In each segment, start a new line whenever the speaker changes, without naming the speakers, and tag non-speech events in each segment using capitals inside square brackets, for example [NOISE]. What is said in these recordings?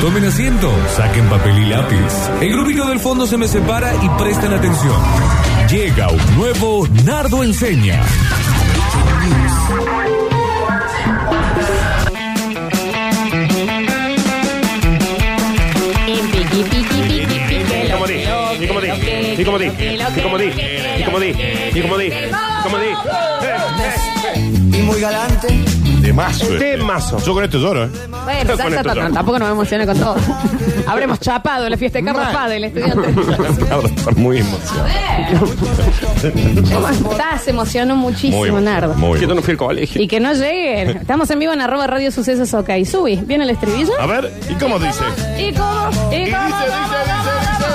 Tomen asiento, saquen papel y lápiz. El grupito del fondo se me separa y presten atención. Llega un nuevo Nardo Enseña.
Y como di, y como di, y como di, y como di, y como di, y como di, y como di.
y muy galante.
De mazo. este.
Temazo.
Yo con esto lloro, ¿eh? [LAUGHS]
Con
Bueno, ta, ta,
esto
ta,
ya.
tampoco nos emociona con todo. Habremos chapado en la fiesta de Carlos
Mal.
Paz del
[LAUGHS]
estudiante.
Nardo está muy emocionado.
¿Cómo estás? Se emocionó muchísimo,
Muy
Nardo.
emocionado. Muy
Que yo no
emocionado.
fui al colegio.
Y que no lleguen. Estamos en vivo en arroba radio sucesos ok. Subí, viene el estribillo.
A ver, ¿y cómo dice?
¿Y cómo? ¿Y
dice,
cómo?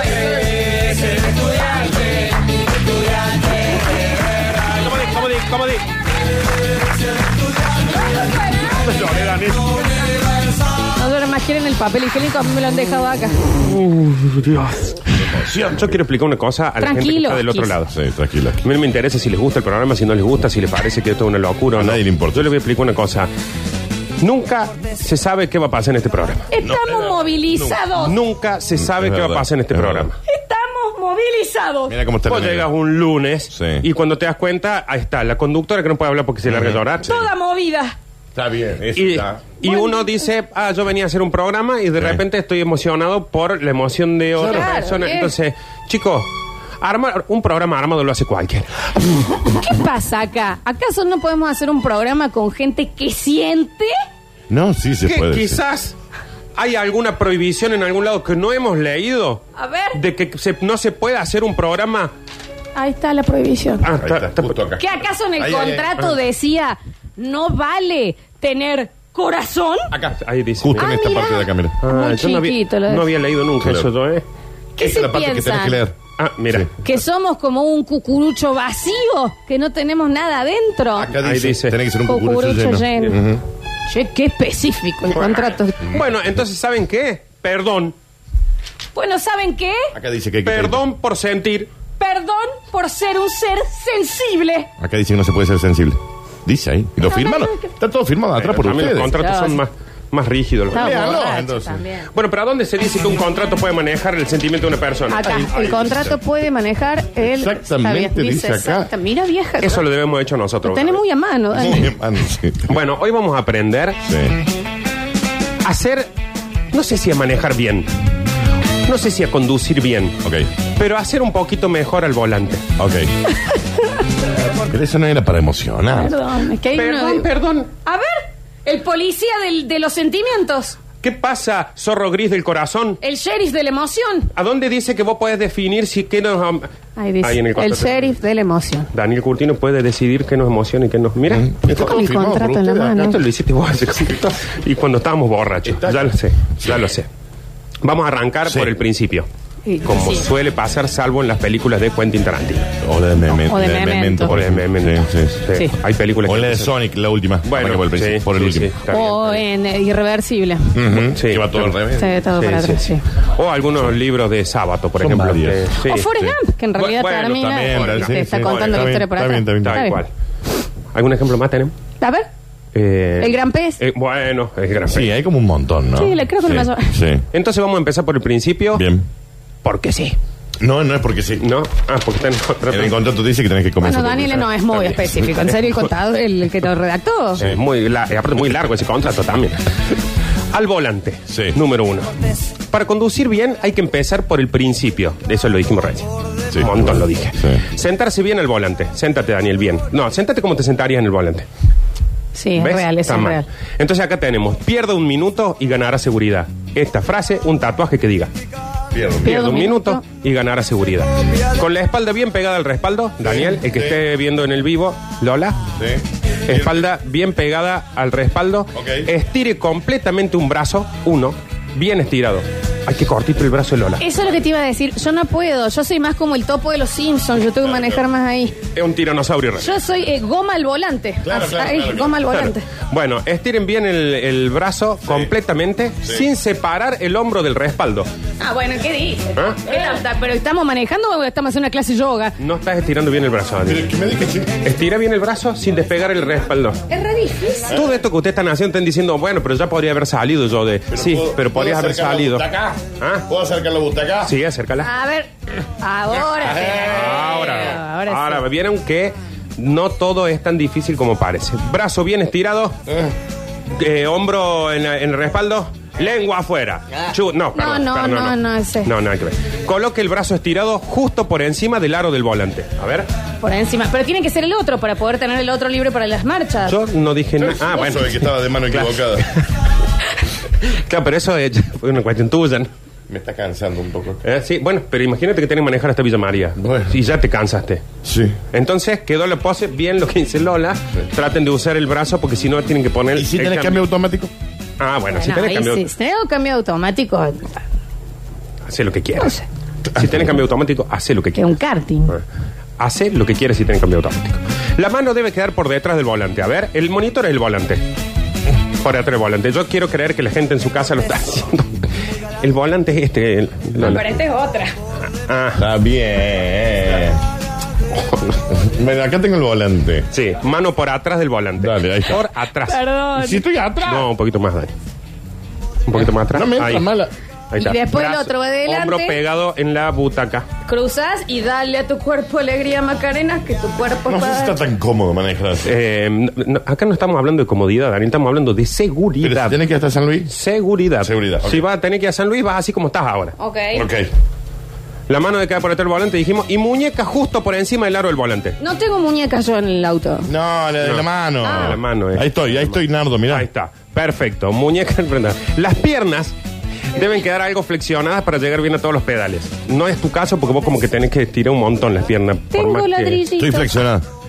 ¿Cómo di, cómo di, cómo di? No llores, Daniel.
No lloran más, quieren el papel higiénico, a mí me lo han dejado acá.
Yo quiero explicar una cosa a la gente que
Tranquilo,
está del otro
Kiss.
lado.
Ah, Sí, tranquila.
A mí no me interesa si les gusta el programa, si no les gusta, si les parece que esto es una locura o no.
nadie le importa.
Yo les voy a explicar una cosa. Nunca se sabe qué va a pasar en este programa.
Estamos movilizados.
Nunca se sabe
Mm, Es
qué va a
verdad,
pasar en este
es
programa.
verdad.
Estamos movilizados.
Mira cómo está
Vos
la negra.
llegas un lunes
Sí.
y cuando te das cuenta, ahí está la conductora que no puede hablar porque se larga a llorar.
Toda movida.
Está bien, eso
Y,
está.
y uno dice, ah, yo venía a hacer un programa y de repente estoy emocionado por la emoción de otra
Claro,
persona.
bien.
Entonces, chicos, arma, un programa armado lo hace cualquiera.
¿Qué pasa acá? ¿Acaso no podemos hacer un programa con gente que siente?
No, sí se
Que
puede. sí.
quizás hay alguna prohibición en algún lado que no hemos leído
A ver.
de que se- no se puede hacer un programa.
Ahí está la prohibición.
Ah,
Ahí
está-
está,
está-
justo acá.
¿Qué acaso en el
Ahí, ahí, ahí.
contrato decía no vale tener corazón?
acá, ahí dice.
Justo en
Ah,
esta
mirá.
parte de acá, mira.
Ah,
Muy
yo no había,
chiquito lo
no
es.
había leído nunca
Claro.
eso, yo, ¿eh?
¿Qué
Esa
se
es la parte que tenés
piensan?
que leer.
Ah, mira.
Que somos como un cucurucho vacío, que no tenemos nada adentro.
Acá
Ahí
dice,
dice.
tenés que ser un cucurucho
Cucurucho
lleno.
lleno. Che, qué específico el contrato.
Bueno, entonces, ¿saben qué? Perdón.
Bueno, ¿saben qué?
Acá dice que hay que
Perdón por sentir.
Perdón por ser un ser sensible.
Acá dice que no se puede ser sensible. Dice ahí. Y lo
No,
firman.
no, no, que-
Está todo firmado atrás por
Para mí los
ustedes.
contratos
Claro,
son
sí.
más, más rígidos. los-
Estaba
Léalo,
borracho
entonces.
también.
Bueno, pero ¿a dónde se dice que un contrato puede manejar el sentimiento de una persona?
Acá,
Ahí, ahí
el contrato puede manejar el...
Exactamente,
está bien,
dice acá.
exacta- Mira, vieja.
Eso lo debemos hecho nosotros.
lo tenés muy a mano. Dani.
Muy bien, mano, sí.
Bueno, hoy vamos a aprender
Sí.
a hacer, no sé si a manejar bien, no sé si a conducir bien,
Ok,
pero a hacer un poquito mejor al volante.
ok.
[LAUGHS]
Pero eso no era para emocionar.
Perdón, es que hay uno
Perdón,
de-
perdón.
A ver, el policía del- de los sentimientos,
¿Qué pasa, zorro gris del corazón?
el sheriff de la emoción.
¿A dónde dice que vos podés definir si qué nos... am-
Ahí dice,
en
el,
contrato.
sheriff de la emoción.
Daniel Curtino puede decidir qué nos emociona y qué nos... Mira, esto,
Está todo
el
firmado por
contrato en la
ustedes acá.
mano.
esto lo hiciste vos hace poquito. y cuando estábamos borrachos.
Ah, Está-
Ya lo sé, ya lo sé. Vamos a arrancar
Sí.
por el principio.
Y-
Como
sí.
suele pasar, salvo en las películas de Quentin Tarantino.
O la de Memento.
O de Memento.
O de Memento.
Sí, sí, sí.
Sí.
Sí.
Hay películas
O
que-
la de Sonic, la última. Arranca
Bueno,
por el, principio,
sí,
por el
sí,
último.
sí, está bien,
O
está
en
bien.
eh, irreversible.
Ujú,
Sí.
que va todo al revés.
Sí, todo
Sí,
para atrás,
sí,
sí.
sí. O algunos libros de sábado, por
Son
ejemplo.
varios.
que- sí.
o Forrest
sí.
Gump, que en realidad
Bueno,
termina
también,
y
dale,
te
sí,
está
sí.
contando
Está
la
bien,
historia por
está
atrás.
bien, está bien.
Tal
Está bien.
cual. ¿Algún ejemplo más tenemos?
A ver,
Eh,
El gran pez.
eh, bueno, el gran
Sí,
pez.
hay como un montón, ¿no?
Sí, le creo que
sí.
la mayor-
Sí.
Entonces vamos a empezar por el principio.
Bien.
Porque sí.
No, no es porque sí.
¿No? Ah, porque está en contrato.
En el contrato dice que tenés que comenzar.
bueno, Daniel no es muy específico. ¿En serio el contador, el, el que lo redactó?
Es muy, la- y aparte muy largo ese contrato
[LAUGHS]
también. Al volante,
Sí.
número uno. Para conducir bien hay que empezar por el principio. De Eso lo dijimos recién.
Sí.
Un montón lo dije.
Sí.
Sentarse bien al volante. Séntate, Daniel, bien. No, séntate como te sentarías en el volante.
Sí, es
¿Ves?
real, es
Está mal.
real.
Entonces acá tenemos, pierda un minuto y ganará seguridad. Esta frase, un tatuaje que diga,
Pierdo.
pierda un
un
minuto
minuto.
y ganará seguridad. Con la espalda bien pegada al respaldo, Daniel, el que
Sí.
esté viendo en el vivo, Lola.
Sí.
Espalda bien pegada al respaldo.
Ok.
Estire completamente un brazo, uno, bien estirado. Hay que cortito el brazo de Lola.
Eso es lo que te iba a decir. Yo no puedo. Yo soy más como el topo de los Simpsons. Yo tengo que manejar más ahí.
Es un tiranosaurio. Rex.
Yo soy eh, goma al volante.
Claro,
Así-
claro,
ahí,
claro,
goma al volante.
Claro. Bueno, estiren bien el, el brazo completamente
Sí.
sin separar el hombro del respaldo.
Ah, bueno, ¿qué dices?
¿Ah?
¿Qué tal? ¿Pero estamos manejando o estamos haciendo una clase de yoga?
No estás estirando bien el brazo, Daniel.
Pero que me deje sin-
Estira bien el brazo sin despegar el respaldo.
¿Eh?
Es re difícil.
Todo esto que ustedes están haciendo, están diciendo, bueno, pero ya podría haber salido yo de... sí,
puedo-
pero
¿puedo
podrías haber
acercar la
salido.
butaca?
¿Ah?
¿Puedo acercar la butaca?
Sí, acércala.
A ver, ahora.
Ahora,
Ahora sí.
ahora, vieron que no todo es tan difícil como parece. Brazo bien estirado, eh, hombro en, en el respaldo, lengua afuera. Chu- no, perdón,
Ah. no,
perdón,
no, no, ese.
No, no hay que ver. Coloque el brazo estirado justo por encima del aro del volante. A ver,
Por encima. Pero tiene que ser el otro para poder tener el otro libre para las marchas.
yo no dije nada. Ah,
[LAUGHS]
Vos
bueno,
sabés que estaba [LAUGHS] de mano equivocada.
claro, pero eso es- [LAUGHS] fue una cuestión tuya. ¿no?
Me está cansando un poco.
Eh, sí, bueno, pero imagínate que tenés que manejar hasta Villa María.
Bueno.
Y ya te cansaste.
Sí.
Entonces quedó la pose, bien lo que dice Lola. Traten de usar el brazo porque si no tienen que poner
¿Y si
el
tenés
cambio.
cambio automático?
Ah, bueno, si
Bueno,
tenés
ahí
cambio,
sí. Si tenés un cambio automático,
hace lo que quieras.
No sé.
Si tenés cambio automático, hace lo que
que es un
quieras.
karting.
Hace lo que quieras si tenés cambio automático. La mano debe quedar por detrás del volante. A ver, el monitor es el volante. Por detrás del volante. Yo quiero creer que la gente en su casa lo está haciendo. El volante es este. el-
No,
Lola.
pero esta es otra.
Ah,
Está bien. Ven, acá tengo el volante.
sí. Mano por atrás del volante.
Dale, ahí está.
Por atrás.
Perdón.
Si estoy atrás.
No, un poquito más, Dani. Un poquito más atrás.
No me entra
Ahí.
mala.
Ahí está.
Y después el
Brazo,
otro va adelante.
Hombro pegado en la butaca.
Cruzas y dale a tu cuerpo alegría, Macarena, que tu cuerpo
No sé si
está.
está tan cómodo manejar así.
Eh, no- no, acá no estamos hablando de comodidad, Dani, estamos hablando de
Pero si
seguridad.
tenés que ir hasta San Luis.
Seguridad.
Seguridad, ok.
Si vas a tener que ir a San Luis, vas así como estás ahora.
Ok.
Ok.
La mano de cada por detrás del volante, dijimos, y muñeca justo por encima del aro del volante.
No tengo muñecas yo en el auto.
No, la de
No.
la mano.
Ah. La mano, eh.
Ahí estoy, ahí estoy, Nardo, mirá.
Ahí está. Perfecto. Muñeca [LAUGHS] enfrentada. Las piernas deben quedar algo flexionadas para llegar bien a todos los pedales. No es tu caso porque vos como que tenés que estirar un montón las piernas. por más
Tengo
que-
Estoy
ladrillitos.
flexionado.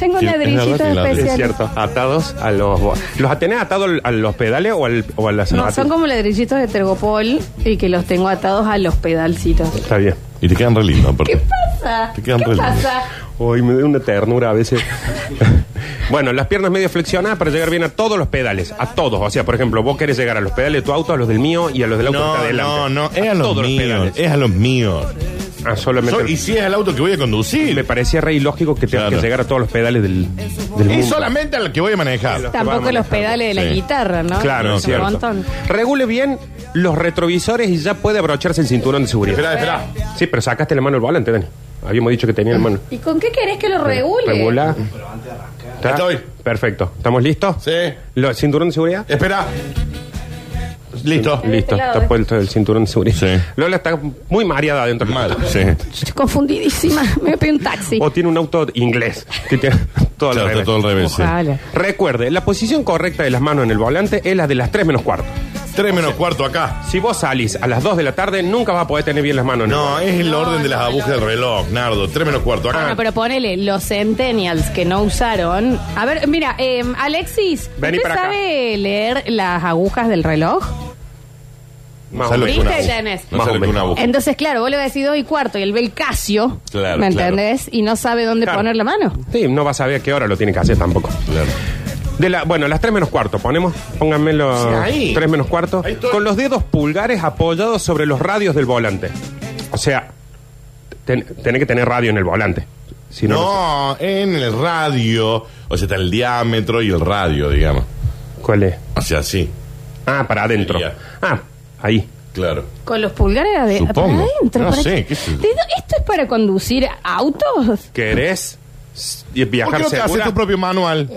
Tengo
Sí, es
ladrillitos
verdad que ladrillo.
Es
especiales.
cierto, atados a los... bo- ¿Los tenés atados al- a los pedales o, al, o a las
No,
zapatillas?
son como ladrillitos de Tergopol y que los tengo atados a los pedalcitos.
Está bien.
Y te quedan re lindos, aparte.
¿Qué pasa?
Te
¿Qué
quedan re lindos.
pasa?
Hoy me da una ternura a veces. [LAUGHS] bueno, las piernas medio flexionadas para llegar bien a todos los pedales. A todos. O sea, por ejemplo, vos querés llegar a los pedales de tu auto, a los del mío y a los del auto que está
No,
adelante.
no, no, es a
todos
los míos. Es a los míos.
Ah, solamente.
So- y si es el auto que voy a
Me
conducir.
parecía re ilógico que tengas
Claro.
que llegar a todos los pedales del, del
Y
mundo.
solamente al que voy a manejar.
Tampoco
Vamos,
los pedales de la
sí.
guitarra, ¿no?
Claro,
No,
Un
es cierto.
montón.
Regule bien los retrovisores y ya puede abrocharse el cinturón de seguridad.
Esperá, esperá.
Sí, pero sacaste la mano al volante, Dani. Habíamos dicho que tenía la mano.
¿Y con qué querés que lo regule?
Regula. Está-
Estoy.
Perfecto. ¿Estamos listos?
Sí.
¿Lo- ¿Cinturón de seguridad?
Espera. Listo.
De este
Listo,
lado,
está
¿eh?
puesto el cinturón de seguridad.
Sí.
Lola está muy mareada adentro. del
Mal.
auto.
Sí.
Estoy confundidísima. [LAUGHS] Me voy a pedir un taxi.
O tiene un auto inglés que tiene [LAUGHS] todo al
Claro, está
revés.
todo al revés. sí.
Ojalá.
Recuerde, la posición correcta de las manos en el volante es la de las 3 menos cuarto.
Tres menos cuarto acá.
Si vos salís a las 2 de la tarde, nunca vas a poder tener bien las manos. en el
No, es el orden de las agujas del reloj, Nardo. Tres menos cuarto
Bueno,
acá.
Ah, pero ponele los centennials que no usaron. A ver, mira, eh, Alexis,
Vení
¿usted
para acá.
sabe leer las agujas del reloj?
Más o
Sale
menos.
con una
¿Viste?
aguja.
Tenés.
No sale con una aguja.
Entonces, claro, vos le vas a decir dos y cuarto y él ve el Casio,
Claro,
¿me
claro.
entendés? Y no sabe dónde
Claro.
poner la mano.
Sí, no vas a ver a qué hora lo tiene que hacer tampoco.
Claro.
De la, bueno, las 3 menos cuarto, ponemos,
Sí,
pónganmelo
ahí.
3 menos cuarto,
Ahí estoy.
con los dedos pulgares apoyados sobre los radios del volante. O sea, ten- tenés que tener radio en el volante. Si no, no
No, en el radio. O sea, está el diámetro y el radio, digamos.
sé. ¿Cuál es?
O sea, sí.
Ah, para adentro.
Ya.
Ah, ahí.
Claro.
Con los pulgares ade-
Supongo.
para adentro.
No
¿para
sé,
qué?
qué sé yo.
¿De dó- ¿Esto es para conducir autos?
¿Querés s- y
¿Por
viajar
qué no te haces
segura?
tu propio manual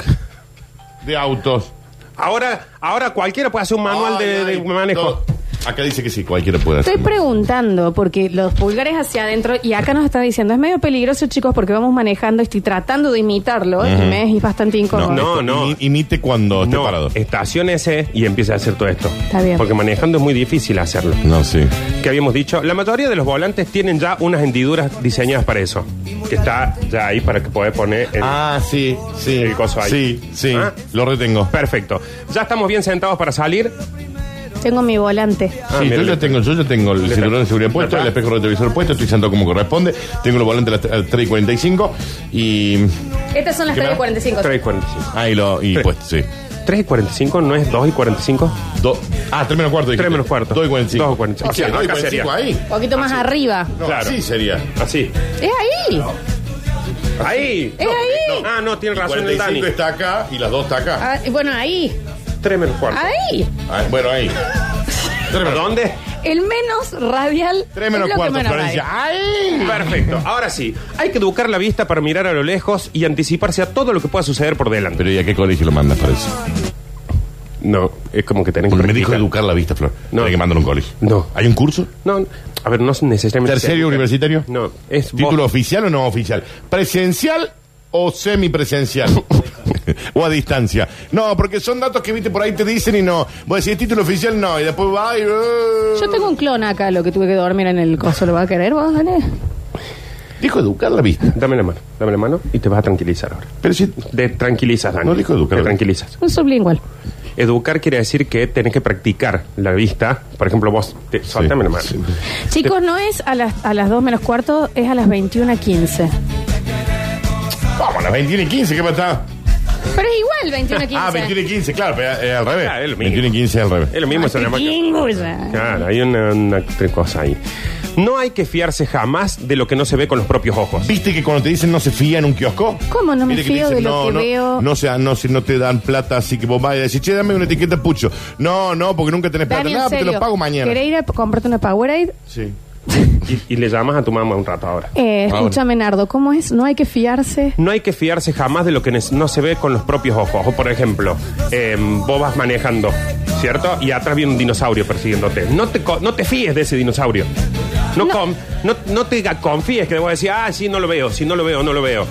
[LAUGHS] de autos?
Ahora, ahora cualquiera puede hacer un manual
Ay,
de,
ay,
de manejo.
todo. Acá dice que sí, cualquiera puede hacer.
Estoy preguntando porque los pulgares hacia adentro y acá nos está diciendo es medio peligroso chicos porque vamos manejando estoy tratando de imitarlo y me es bastante incómodo.
No,
Esto,
no.
imi- Imite cuando esté
No,
parado.
estacionese y empieza a hacer todo esto.
Está bien.
Porque manejando es muy difícil hacerlo.
No, sí.
que habíamos dicho, la mayoría de los volantes tienen ya unas hendiduras diseñadas para eso. Que está ya ahí para que puedas poner en-
Ah, sí, sí.
El coso ahí.
Sí, sí.
¿Ah?
Lo retengo.
Perfecto. Ya estamos bien sentados para salir.
Tengo mi volante.
Ah,
sí,
mira,
yo ya
le-
tengo, yo ya tengo el
le-
cinturón de seguridad puesto,
Acá.
el espejo retrovisor puesto, estoy sentado como corresponde, tengo los volantes a las 3 y 45 y
Estas son las
¿Qué
3
más?
y 45.
3 y 45.
ahí lo y puesto, sí.
3 y 45 no es 2 y 45.
Do- ah, 3 menos cuarto.
3 menos cuarto.
2 y 45.
2 y 45.
O sea,
Sí,
2 y
acá
45
sería.
ahí.
Un poquito más arriba.
No,
Claro.
Así sería.
Así.
Es ahí.
Ahí.
Es ahí.
Ah, no, tiene razón el
45
Dani.
está acá y las 2 está acá.
Ah, bueno, ahí.
3 menos cuarto.
Ahí.
Ah, bueno, ahí. 3
¿A
menos,
dónde?
El menos radial.
3
es
menos
lo que
cuarto,
menos
Florencia.
radial.
¡Ay!
Perfecto. Ahora sí, hay que educar la vista para mirar a lo lejos y anticiparse a todo lo que pueda suceder por delante.
Pero ¿y a qué colegio lo mandas para eso?
No, es como que tenemos que
Porque me dijo
practicar.
educar la vista, Flor.
No.
No. Hay que mandarlo a un colegio.
No.
¿Hay un curso?
No, a ver, no es necesariamente.
¿Tercerio universitario?
No, es
¿Título
vos.
oficial o no oficial? ¿Presencial o semipresencial?
[LAUGHS]
o a distancia. No, porque son datos que viste por ahí te dicen y no. Vos decís título oficial, no. Y después va y. "Eh".
Yo tengo un clon acá, lo que tuve que dormir en el coso. ¿Lo va a querer vos, Dani?
Dijo educar la vista.
Dame la mano, dame la mano y te vas a tranquilizar ahora.
Pero si.
Te tranquilizas, Dani.
No dijo educar.
Te tranquilizas.
Un sublingual.
Educar quiere decir que tenés que practicar la vista. Por ejemplo, vos, te, soltame la mano.
sí.
Chicos, no es a las, a las 2 menos cuarto, es a las 21.15.
Vamos, a las 21 y 15, ¿qué pasa?
Pero es igual 21.15.
Ah, 21 y 15, claro, pero, eh, al revés.
Ah, es lo mismo.
21 y 15 al revés.
Es lo mismo, es una máquina. Claro, hay una, una cosa ahí. No hay que fiarse jamás de lo que no se ve con los propios ojos.
¿Viste que cuando te dicen no se fía en un kiosco?
¿Cómo no me
Viste que te
fío de lo
no,
que
no,
veo?
No, sea, no, si no te dan plata, así que vos vas y decís, che, dame una etiqueta pucho. No, no, porque nunca tenés plata.
Dani,
Nada,
en
pero
serio.
te lo pago mañana.
¿Querés ir a comprarte una Powerade?
Sí.
Y, y le llamas a tu mamá un rato ahora.
Eh,
Ahora.
escúchame, Nardo, ¿cómo es? No hay que fiarse.
No hay que fiarse jamás de lo que nes- no se ve con los propios ojos. O, por ejemplo, em, vos vas manejando, ¿cierto? Y atrás viene un dinosaurio persiguiéndote. No te, co- no te fíes de ese dinosaurio. No, com- no, no te ga- confíes que vos decís, ah, sí, no lo veo, sí, no lo veo, no lo veo.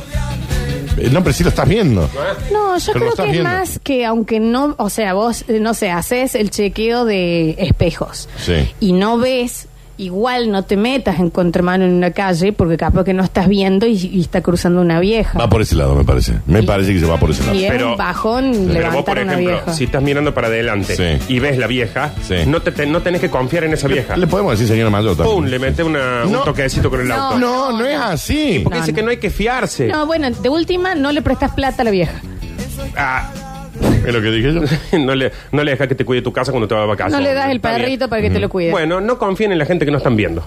Eh, No, pero sí lo estás viendo.
No, yo
Pero
creo
lo
que
estás
es
viendo.
más que aunque no, o sea, vos, eh, no sé, haces el chequeo de espejos
Sí.
y no ves, igual no te metas en contramano en una calle porque capaz que no estás viendo y, y está cruzando una vieja.
Va por ese lado, me parece. Me parece que se va por ese lado.
y es
pero-
un bajón
Pero vos,
levantar
por
a una
ejemplo,
vieja.
si estás mirando para adelante
Sí.
y ves la vieja,
Sí.
no, te, te- no tenés que confiar en esa vieja.
Le podemos decir señora mayor también.
¡Pum! Le mete una-
No.
un toquecito con el
No.
auto.
No, no es así.
Porque
No,
dice
no.
que no hay que fiarse.
No, bueno, de última, no le prestas plata a la vieja.
Ah, [LAUGHS]
Es lo que dije yo.
no le, no le dejas que te cuide tu casa cuando te vas a vacaciones.
No le das el
Ah, Está bien. Mm.
perrito para que te lo cuide.
Bueno, no confíen en la gente que no están viendo.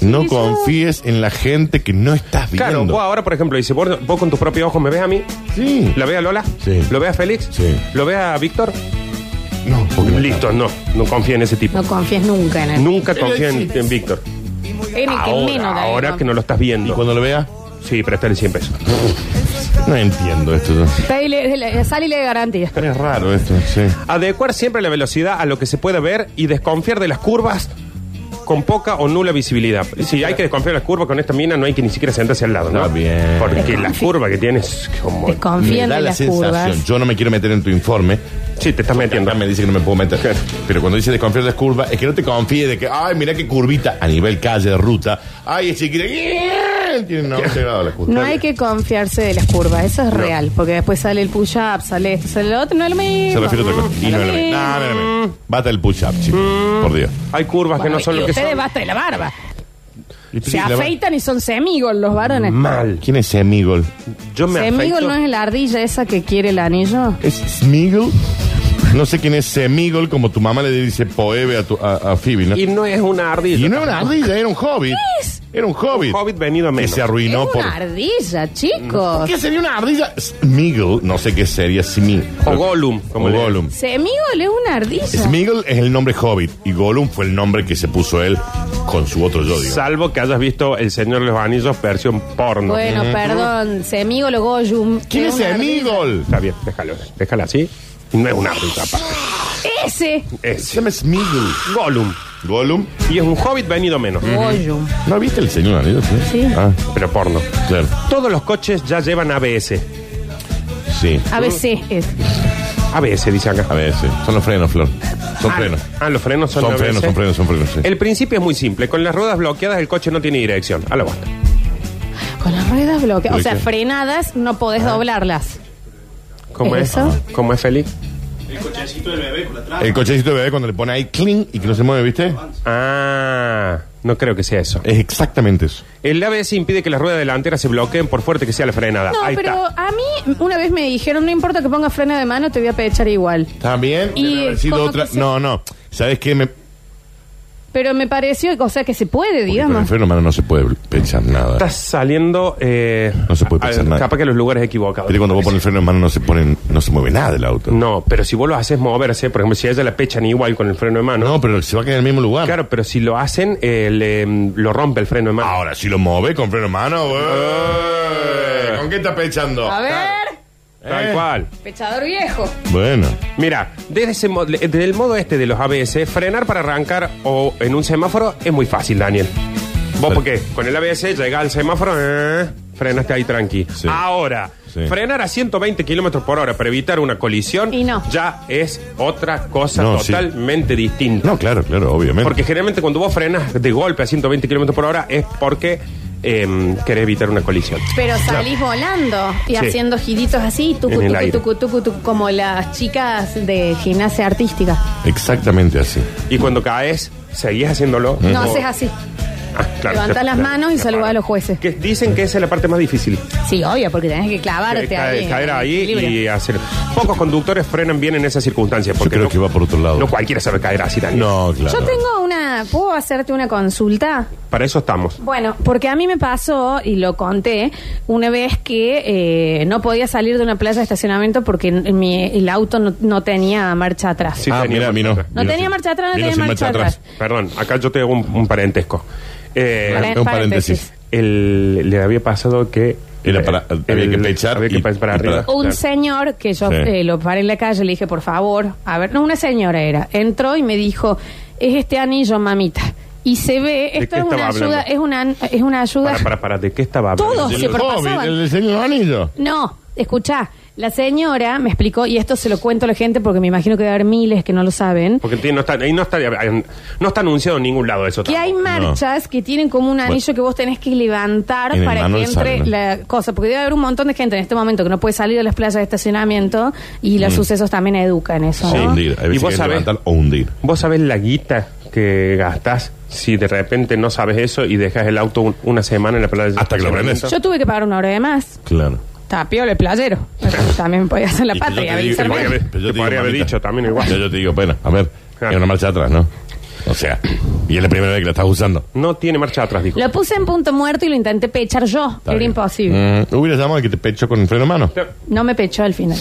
No
yo-
confíes en la gente que no estás
Claro,
viendo.
vos ahora, por ejemplo, dices, vos, vos con tus propios ojos me ves a mí,
Sí.
la ve a Lola,
Sí.
lo ve a Félix,
Sí.
lo ve a Víctor.
No, porque no
Listo,
está.
no, no confía en ese tipo.
No confíes nunca en él.
Nunca
Eh,
confía en,
sí.
en Víctor.
En el que menos
Ahora,
da de
ahora
confiar.
que no lo estás
Y
viendo.
cuando lo vea,
Sí, préstale 100 pesos.
no entiendo esto. yo.
Pedile- le- Sale y le da garantía.
Es raro esto, sí.
Adecuar siempre la velocidad a lo que se puede ver y desconfiar de las curvas con poca o nula visibilidad. Si hay que desconfiar de las curvas con esta mina, no hay que ni siquiera sentarse al lado, ¿no?
Está bien.
Porque la curva que tienes es como...
Desconfía
me da
de
la
las
sensación,
curvas.
yo no me quiero meter en tu informe.
Sí, te estás metiendo.
Acá me dice que no me puedo meter. Pero cuando dice desconfiar de las curvas, es que no te confíes de que, ay, mira qué curvita a nivel calle, ruta. Ay, es chiquita. Tiene 90 grados la curva.
No hay que confiarse de las curvas, eso es real, porque después sale el push-up, sale esto, sale lo otro, no es lo mismo.
Se refiere a otra cosa. Y no es lo mismo. No, no es lo
Mm.
mismo. Bata el push-up, chicos. Por Dios.
Hay curvas que no son
y
lo que
ustedes
son.
basta de la barba.
Y
Se afeitan y son semigol los varones.
Mal.
¿Quién es Semigol?
Yo me
Semigol
afecto.
no es la ardilla esa que quiere el anillo.
¿Es Smigol? No sé quién es Semigol, como tu mamá le dice Poebe a, tu, a, a Phoebe, ¿no?
Y no es una ardilla.
Y no era una ardilla, era un hobbit. Era un hobbit.
Hobbit venido a
que
menos.
se arruinó
es
por.
una ardilla, chicos.
¿Qué sería una ardilla? Smiggle, no sé qué sería Smiggle.
O Gollum, como
O
le-
Gollum.
Semigol es una ardilla.
Smiggle es el nombre hobbit y Gollum fue el nombre que se puso él con su otro yo, digo.
Salvo que hayas visto El Señor de los Anillos versión porno.
Bueno, perdón, semigol o goyum.
¿Quién es
una ardilla.
Smiggle?
Está bien, déjalo. Déjala así. Y no es una ardilla, aparte.
Ese.
Se
Es
llama Smiggle.
Gollum.
Gollum.
Y es un hobbit venido menos.
Mm. Goyum.
¿No viste el señor Anillo?
Sí.
Ah,
Pero porno.
claro.
Todos los coches ya llevan ABS.
Sí.
ABC es.
ABS, dice acá.
A ver, sí. Son los frenos, Flor. Son
Ah,
frenos.
Ah, los frenos son,
Son
ABS.
frenos, son frenos, son frenos. sí.
El principio es muy simple. Con las ruedas bloqueadas el coche no tiene dirección. A la bosta.
Con las ruedas bloqueadas. O
¿Pero
sea,
qué?
Ah.
frenadas no podés doblarlas.
¿Cómo es?
¿Eso?
¿Cómo es, Félix?
El cochecito del bebé por atrás.
El cochecito de bebé cuando le pone ahí cling y que no se mueve, ¿viste?
Ah, no creo que sea eso.
Es exactamente eso.
El ABS impide que las ruedas delanteras se bloqueen por fuerte que sea la frenada.
No,
Ah, Ahí
pero
está.
a mí una vez me dijeron, no importa que ponga freno de mano, te voy a pechar igual.
También
Y,
debe haber
eh,
sido
como
otra.
que se-
No, no. ¿Sabes qué? Me...
Pero me pareció, o sea, que se puede,
Porque Con el
digamos.
freno de mano no se puede pensar nada.
Estás saliendo. eh,
No se puede
a-
pensar nada.
Capaz que los lugares equivocados.
Viste, cuando vos pones el freno de mano no se pone, no se mueve nada el auto.
No, pero si vos lo haces moverse, por ejemplo, si a ella la pechan igual con el freno de mano.
No, pero se va a quedar en el mismo lugar.
Claro, pero si lo hacen, eh, le, mm, lo rompe el freno de mano.
Ahora, si lo mueve con freno de mano, ¡eh! ¿con qué está pechando?
A ver,
Tal
Eh.
cual.
pechador viejo.
Bueno.
Mira, desde, ese mo- le- desde el modo este de los ABS, frenar para arrancar o en un semáforo es muy fácil, Daniel. ¿Vos por qué? Con el ABS llega al semáforo, eh, frenaste ahí tranqui.
Sí.
Ahora,
Sí.
frenar a 120 kilómetros por hora para evitar una colisión
Y no.
ya es otra cosa
No, sí.
totalmente distinta.
No, claro, claro, obviamente.
Porque generalmente cuando vos frenas de golpe a 120 kilómetros por hora es porque em, querés evitar una colisión.
Pero salís volando y
Sí.
haciendo giritos así, tucu,
En el
tucu,
aire.
tucu, tucu, tucu, como las chicas de gimnasia artística.
Exactamente así.
Y cuando caes, seguís haciéndolo.
No
O-
haces así.
Ah, claro.
Levantás las manos y saludás a los jueces.
Que dicen que esa es la parte más difícil.
Sí, obvio, porque tenés que clavarte
Que cae-
ahí.
caer ahí
Equilibrio.
y hacer. Pocos conductores frenan bien en esas circunstancias. Porque
creo
no-
que va por otro lado.
No cualquiera sabe caer así, Daniel.
No, claro.
Yo tengo una. ¿Puedo hacerte una consulta?
Para eso estamos.
Bueno, porque a mí me pasó, y lo conté, una vez que eh, no podía salir de una playa de estacionamiento porque n- mi, el auto no, no tenía marcha atrás.
Sí,
ah,
tenía
mira,
marcha
vino.
atrás.
No tenía marcha atrás, no tenía marcha atrás.
Perdón, acá yo te hago un, un paréntesis. Eh,
Pare-
un paréntesis.
el- le había pasado que. eh,
Era para- había que pechar
había que
y-
pechar para
y
arriba.
para-
Un
Claro.
señor que yo
Sí.
eh, lo paré en la calle, le dije, por favor, a ver, no, una señora era. Entró y me dijo, es este anillo, mamita. Y se ve,
¿De
esto
qué
es una
estaba
ayuda,
hablando?
es una, es una ayuda.
Para, para, para, ¿de qué estaba hablando?
Todos.
El
se
COVID,
pasaban.
el señor Anillo.
No, escuchá, la señora me explicó, y esto se lo cuento a la gente porque me imagino que va a haber miles que no lo saben.
Porque tiene- no está, ahí no está, no está anunciado en ningún lado eso.
Que hay
tampoco.
marchas que tienen como un anillo que vos tenés que levantar
En el
para que
manual
entre
sale, ¿no?
la cosa. Porque debe haber un montón de gente en este momento que no puede salir de las playas de estacionamiento y los sucesos también educan eso.
Mm. Sí,
¿no?
hundir. Hay
Y vos
veces que hay que
sabés-
levantar o hundir.
¿Vos sabés la guita que gastás si de repente no sabes eso y dejas el auto un- una semana en la playa? de
Hasta que lo
estacionamiento?
aprendes.
Yo tuve que pagar una hora de más.
Claro.
Tapio el playero.
[LAUGHS]
también me podía hacer la
Y que yo
patria.
te digo-
avisarme.
podría
pero yo
haber-
te
te
digo,
podría haber
mamita,
dicho también igual.
Yo, yo te digo, bueno, a ver,
Claro.
hay una marcha atrás, ¿no? O sea, y es la primera vez que la estás usando.
No tiene marcha atrás, dijo.
Lo puse en punto muerto y lo intenté pechar yo.
Está
Era
bien.
imposible.
Mm, hubiera llamado al que te pechó con el freno de mano.
No me pechó al final.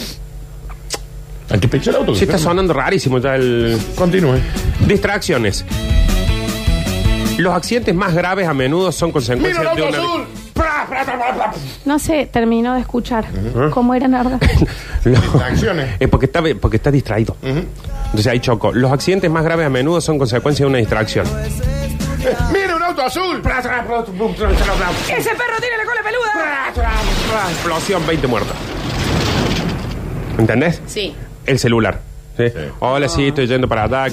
Al que pechó el auto.
Sí, está sonando rarísimo ya el...
[LAUGHS]
Continúe.
Distracciones. Los accidentes más graves a menudo son consecuencias
Mira el
de
auto
una...
azul.
No sé, terminó de escuchar
¿Eh?
cómo era Narda.
No.
Distracciones.
Es porque está, porque está distraído. Entonces ahí choco. Los accidentes más graves a menudo son consecuencia de una distracción.
Mira un auto azul.
¡Ese perro tiene la cola peluda!
Explosión, 20 muertos. ¿Entendés?
Sí.
El celular. ¿sí? Hola, sí, estoy yendo para allá.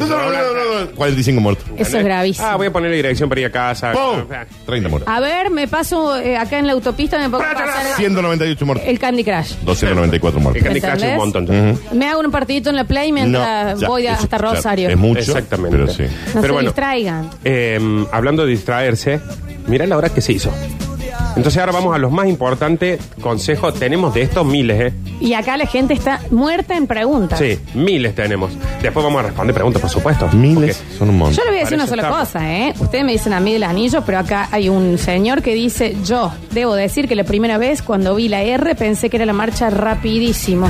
45 muertos.
Eso es gravísimo.
Ah, voy a poner la dirección para ir a casa.
¡Pum! 30 muertos.
A ver, me paso eh, acá en la autopista, me pongo a pasar
198 muertos.
el Candy Crush.
294
El
muertos.
Candy Crush es un montón.
Me hago un partidito en la play eh, mientras
No, ya,
voy a-
es-
hasta
claro,
Rosario.
es mucho.
Exactamente.
Pero sí.
no se
Pero bueno,
distraigan.
eh, hablando de distraerse, mirá la hora que se hizo. Entonces ahora vamos a los más importantes consejos. Tenemos de estos miles, ¿eh?
Y acá la gente está muerta en preguntas.
Sí, miles tenemos. Después vamos a responder preguntas, por supuesto.
Miles
Porque-
son un montón.
Yo le voy a decir una sola
Parece tapa.
cosa, ¿eh? Ustedes me dicen a mí del anillo, pero acá hay un señor que dice, yo debo decir que la primera vez cuando vi la R pensé que era la marcha rapidísimo.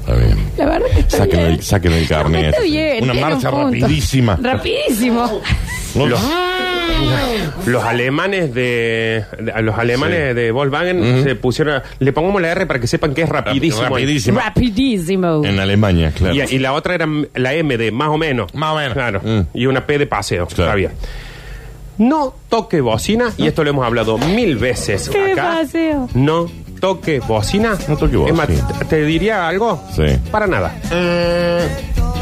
Está bien.
La verdad que está
Sáquenlo
bien.
del- sáquenlo del carnet.
Está bien,
Una
tiene un
marcha
punto.
rapidísima.
Rapidísimo.
No,
Los, los alemanes de, de- los alemanes
Sí.
de Volkswagen se pusieron a- le pongamos la R para que sepan que es rapidísimo.
Rapidísima.
Rapidísimo.
En Alemania, claro.
Y, y la otra era m- la M de más o menos.
Más o menos.
Claro.
Mm.
Y una P de paseo.
Claro.
Está bien. No toque bocina, y esto lo hemos hablado mil veces
¿Qué
acá.
paseo?
No toque bocina.
No toque bocina.
Es más, te- ¿te diría algo?
Sí. Eh.
Para nada.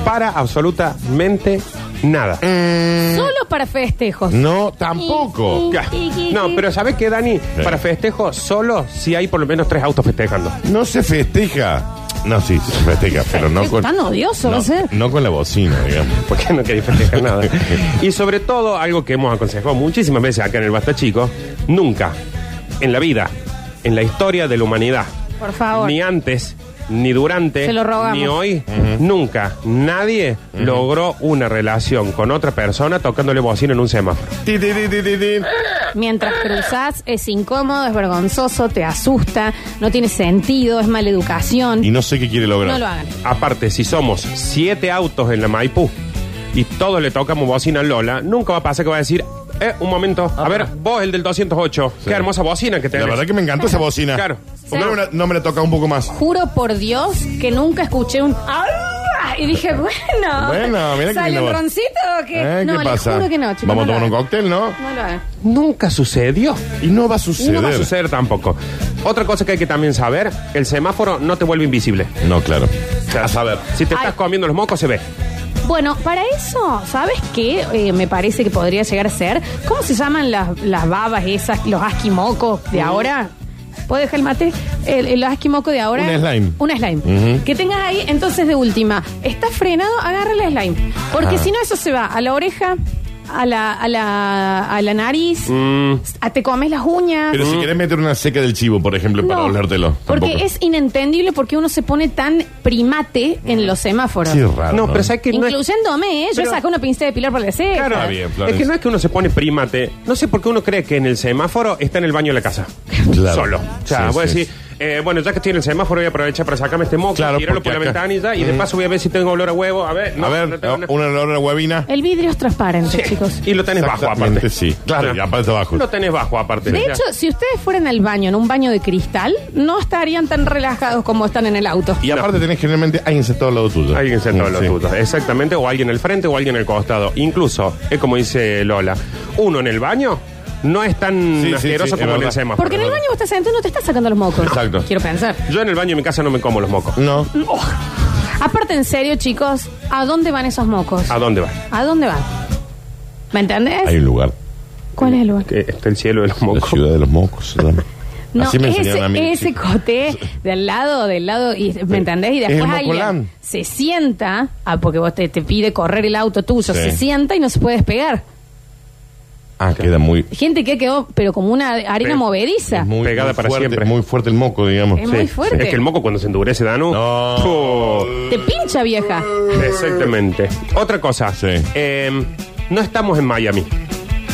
Para absolutamente nada.
Eh.
Solo para festejos.
No, tampoco.
Ya. No, pero ¿sabes qué, Dani? Para festejo, solo si hay por lo menos tres autos festejando.
No se festeja. No, sí, se festeja, pero no
Es
con.
tan odioso, va
no,
a ser.
no con la bocina, digamos.
¿Por qué no queréis festejar nada? Y sobre todo, algo que hemos aconsejado muchísimas veces acá en el Basta Chico, nunca, en la vida, en la historia de la humanidad,
Por favor.
ni antes, ni durante,
Se lo rogamos.
ni hoy, nunca, nadie logró una relación con otra persona tocándole bocina en un semáforo.
Ti, ti, ti, ti, ti, ti.
Mientras cruzas es incómodo, es vergonzoso, te asusta, no tiene sentido, es mala educación.
Y no sé qué quiere lograr.
No lo hagan.
Aparte, si somos siete autos en la Maipú y todos le tocamos bocina a Lola, nunca va a pasar que va a decir, eh, un momento, a ver, vos el del 208, qué hermosa bocina que
La
tenés.
verdad que me encantó esa bocina.
Claro.
¿Por qué no me la- no me la toca un poco más?
Juro por Dios que nunca escuché un. ¡Ah! Y dije, bueno.
Bueno, mira que
¿Sale
lindo
un
va.
roncito o qué?
¿Eh?
no,
¿Qué pasa?
Les juro que no, chicos.
Vamos a
no
tomar
lo
un
hagan.
cóctel, ¿no?
No lo hagan.
Nunca sucedió.
Y no va a
Y
suceder.
no va a suceder tampoco. Otra cosa que hay que también saber, el semáforo no te vuelve invisible.
No, claro.
O sea,
A saber.
Si te
Ay.
estás comiendo los mocos, se ve.
Bueno, para eso, ¿sabes qué? Eh, me parece que podría llegar a ser. ¿Cómo se llaman las, las babas esas, los asquimocos de ahora? ¿Puedo dejar el mate? El, el asquimoco de ahora.
Un slime.
Un slime. Que tengas ahí, entonces de última, está frenado, agarra el slime. Porque
Ah.
si no, eso se va a la oreja, a la, a la, a la nariz, a- te comes las uñas.
Mm. Pero si querés meter una seca del chivo, por ejemplo, para
Mm. No,
olértelo.
Porque
tampoco.
es inentendible porque uno se pone tan primate en los semáforos.
Mm. Sí, es raro.
no, pero sabes que no es-
Incluyéndome, ¿eh?
Pero-
yo saco una pincita de pilar por la ceja.
Claro,
Está bien, Florencia.
es que no es que uno se pone primate. No sé por qué uno cree que en el semáforo está en el baño de la casa.
Claro.
Solo. O sea,
Sí,
voy a
sí,
decir, eh, bueno, ya que estoy en el semáforo, voy a aprovechar para sacarme este moco,
Claro,
tirarlo por la
porque acá-
ventanilla y de paso voy a ver si tengo olor a huevo. A ver, no,
a ver, eh,
no tengo nada.
una olor a huevina.
El vidrio es transparente, chicos.
Y lo tenés bajo
Exactamente,
aparte.
sí. Claro, y aparte bajo.
Lo tenés bajo aparte.
De
O sea,
hecho, si ustedes fueran al baño en un baño de cristal, no estarían tan relajados como están en el auto.
Y aparte tenés generalmente alguien sentado al lado tuyo.
Alguien sentado en los
Sí.
tutos, exactamente, o alguien al frente o alguien al costado. Incluso, es como dice Lola, uno en el baño no es tan
Sí, sí,
asqueroso
sí, es
como en el
verdad.
semáforo.
Porque en el baño vos estás sentado y no te estás sacando los mocos.
Exacto.
Quiero pensar.
Yo en el baño en mi casa no me como los mocos.
No.
Aparte, en serio, chicos, ¿a dónde van esos mocos?
¿A dónde va?
¿A dónde van? ¿Me entendés?
Hay un lugar.
¿Cuál es el lugar?
Que está el cielo de los
La
mocos.
ciudad de los mocos. se llama.
No,
Así me enseñaron
ese,
a mí. de
ese
chico.
coté del lado, del lado, y, ¿me entendés? Y
Es
después
el
alguien
mocolán.
se sienta, ah, porque vos te, te pide correr el auto tuyo,
Sí.
se sienta y no se puede despegar.
Ah, queda muy...
Gente que quedó, pero como una arena
Sí.
movediza.
muy
Pegada
muy
para
fuerte,
siempre.
Muy fuerte el moco, digamos.
Es muy fuerte.
Es que el moco cuando se endurece, Danu.
No.
¡Oh!
Te pincha, vieja.
Exactamente. Otra cosa.
Sí.
Eh, no estamos en Miami.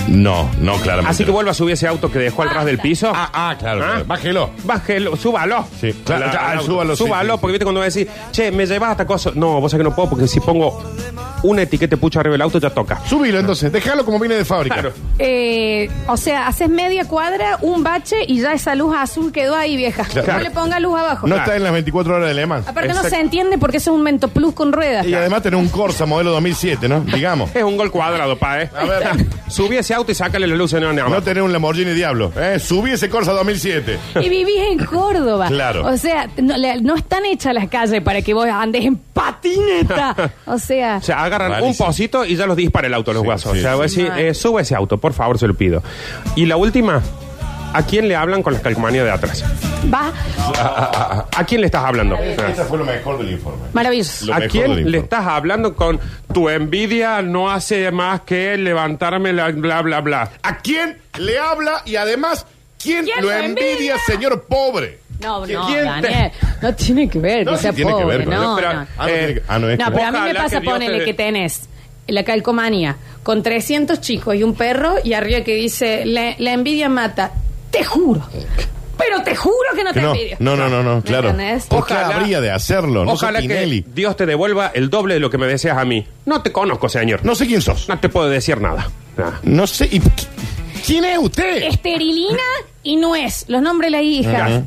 No, no, claramente.
Así que
no.
vuelva a subir ese auto que dejó al ras del piso.
Ah, ah, claro.
¿Ah?
claro. Bájelo.
Bájelo, súbalo.
Sí, claro,
Al-
claro,
al auto.
súbalo, sí, sí, sí.
porque viste cuando va a decir, che, me llevas hasta cosa. No, vos sabés que no puedo, porque si pongo una etiqueta de pucho arriba del auto, ya toca.
Súbilo entonces. Déjalo como viene de fábrica.
Claro.
Eh, o sea, haces media cuadra, un bache y ya esa luz azul quedó ahí, vieja.
Claro.
No le ponga luz abajo.
No
Claro.
está en las 24 horas de Le Mans.
Aparte no
Exacto.
se entiende porque eso es un Mento Plus con ruedas.
Y además tenés un Corsa modelo 2007, ¿no? Digamos.
Es un gol cuadrado, pa, eh.
A ver.
[LAUGHS] Subí ese auto y sácale las luces, no, no.
No tenés un Lamborghini Diablo. ¿eh? Subí ese Corsa 2007.
Y vivís en Córdoba.
Claro.
O sea, no, le- no están hechas las calles para que vos andes en
[LAUGHS]
patineta. O sea,
O sea, agarran un
Rarísimo.
pocito y ya los dispara el auto los
Sí,
guasos.
sí,
o sea, voy a decir,
Mal.
eh, suba ese auto, por favor, se lo pido. Y la última, ¿a quién le hablan con las calcomanías de
[LAUGHS]
atrás?
va
¿A quién le estás hablando?
Ese fue lo mejor del informe.
maravilloso.
Lo
¿A
mejor del
quién le
informe.
estás hablando con tu envidia no hace más que levantarme la bla bla bla?
¿A quién le habla y además quién,
¿Quién
lo
lo
envidia,
envidia?
señor pobre?
No, no,
¿Quién te-
Daniel, no tiene que ver,
No,
no
sí
sea
tiene que
pobre,
ver con-
no,
Pero,
no.
Ah, no tiene que- ah, no es
No,
como-
pero a mí me
eh, Ojalá
pasa,
que Dios
ponele
te-
que tenés la calcomanía con 300 chicos y un perro y arriba que dice, la, la envidia mata. Te juro, pero te juro que no
Que
te
no,
envidio.
no, no, no, no, claro.
entendés?
¿Por qué
Ojalá-
habría de hacerlo? No
Ojalá
soy Tinelli.
que Dios te devuelva el doble de lo que me deseas a mí. No te conozco, señor. No,
No sé quién sos.
te puedo decir nada. Ah.
No sé. ¿y qui- ¿Quién es usted?
Esterilina y nuez, los nombres de la hija.
Ajá. ¿Ah?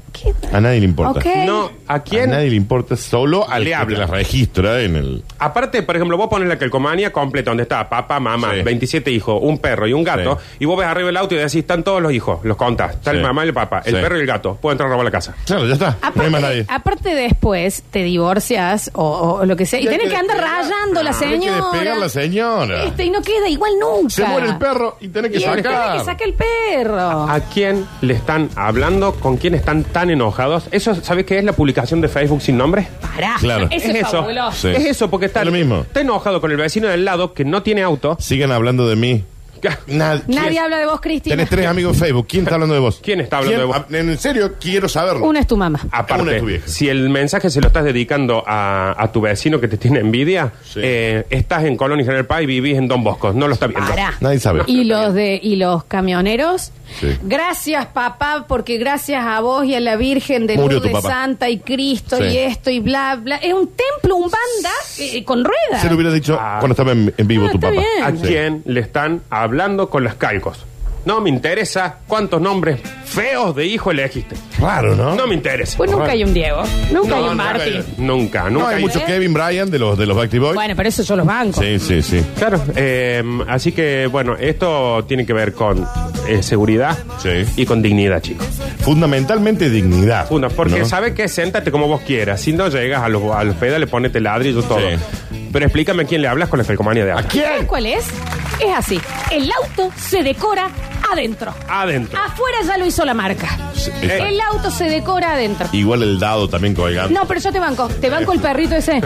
A nadie le importa.
Ok.
No, ¿a quién?
A nadie le importa, solo al
Le
que
habla.
te la registra en el.
Aparte, por ejemplo, vos pones la calcomanía completa, donde está papá, mamá,
Sí.
27 hijos, un perro y un gato, y vos ves arriba el auto y decís, están todos los hijos, los contas, está
Sí.
el mamá y el papá, el
Sí.
perro y el gato, puedo entrar a robar la casa.
Claro, ya está. no hay más nadie.
Aparte, aparte después te divorcias o, o lo que sea y,
Y hay
tenés que,
que
andar
despegar.
rayando la
Tenés Ah, que
señora.
despegar la señora.
Este, y no queda igual nunca.
Se muere el perro y tenés que
Y él
sacar. Ah,
tiene que sacar el perro.
¿A quién le están hablando? ¿Con quién están tan tan enojados. Eso, ¿sabes qué es la publicación de Facebook sin nombre?
Pará.
Claro.
Eso es, fabuloso.
Sí.
Es eso, porque está,
Es lo mismo.
está enojado con el vecino del lado que no tiene auto.
Sigan hablando de mí. Nad-
Nadie
¿quién-
habla de vos, Cristina.
Tenés tres amigos en Facebook. ¿Quién está hablando de vos?
¿Quién está hablando de vos?
Ah, En serio, quiero saberlo.
Una es tu mamá.
Una es tu
Aparte,
vieja.
si el mensaje se lo estás dedicando a, a tu vecino que te tiene envidia,
Sí.
eh, estás en Colón y General Paz y vivís en Don Bosco. No lo está viendo.
Pará.
Ah. Nadie sabe.
Y los de y los camioneros.
Sí.
Gracias papá, porque gracias a vos y a la Virgen de
Murió
Lourdes
tu papá.
Santa y Cristo
Sí.
y esto y bla bla. Es un templo, un banda eh, con ruedas.
Se lo hubiera dicho
Ah.
cuando estaba en, en vivo
Ah,
tu
está
papá.
bien.
¿A
Sí.
quién le están hablando con las calcos? No me interesa cuántos nombres feos de hijo elegiste.
Raro, ¿no?
No me interesa.
Pues nunca hay un Diego, nunca
No,
hay
no,
un Martín.
hay-
Nunca, nunca.
No, hay
hay-
mucho Kevin Bryan de los, de los Backstreet Boys.
Bueno, pero eso yo los bancos.
Sí, sí, sí.
Claro, eh, así que bueno, esto tiene que ver con eh, seguridad
Sí.
y con dignidad, chicos.
Fundamentalmente dignidad.
Uno, porque
¿no?
sabe que séntate como vos quieras. Si no llegas a los, a los pedales, ponete ladrillo, todo. Pero explícame a quién le hablas con la calcomanía de
¿A
acá.
¿Sabes
quién?
cuál es? Es así. El auto se decora adentro.
Adentro.
Afuera ya lo hizo la marca.
Sí, está.
El auto se decora adentro.
Igual el dado también colgando.
No, pero yo te banco. Te banco el perrito
[LAUGHS]
ese.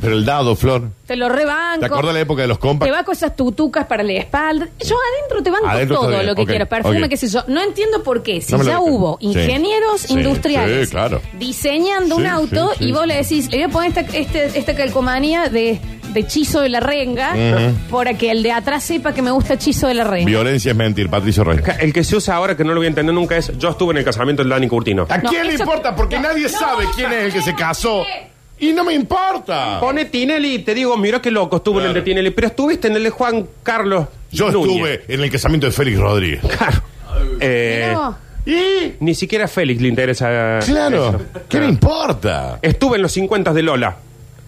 Pero el dado, Flor.
Te lo
¿Te
rebanco.
acuerdas la época de los compas?
Te banco esas tutucas para la espalda. Yo adentro te banco
Adentro está
todo
bien,
lo que
ok,
quiero. Perfume,
ok.
qué sé yo. No entiendo por qué. Si
No me lo
ya
dejan.
hubo
Sí.
ingenieros
Sí,
industriales
sí, claro.
diseñando un
Sí,
auto
sí, sí.
y vos le decís, le voy a poner esta, este- esta calcomanía de, de hechizo de la renga para que el de atrás sepa que me gusta hechizo de la renga.
Violencia es mentir, Patricio Rey.
El que se usa ahora, que no lo voy a entender nunca, es yo estuve en el casamiento del Dani Curtino.
¿A
No,
quién le
eso-
importa? Porque
no,
nadie
no,
sabe quién es el que se casó. Y no me importa.
Pone Tinelli y te digo, mira qué loco estuvo en el de
Claro.
Tinelli, pero estuviste en el de Juan Carlos.
Yo
Núñez.
estuve en el casamiento de Félix Rodríguez.
Claro. Eh,
Mirá vos.
Y
ni siquiera a Félix le interesa.
claro,
eso.
¿qué me importa?
Estuve en los 50 de Lola.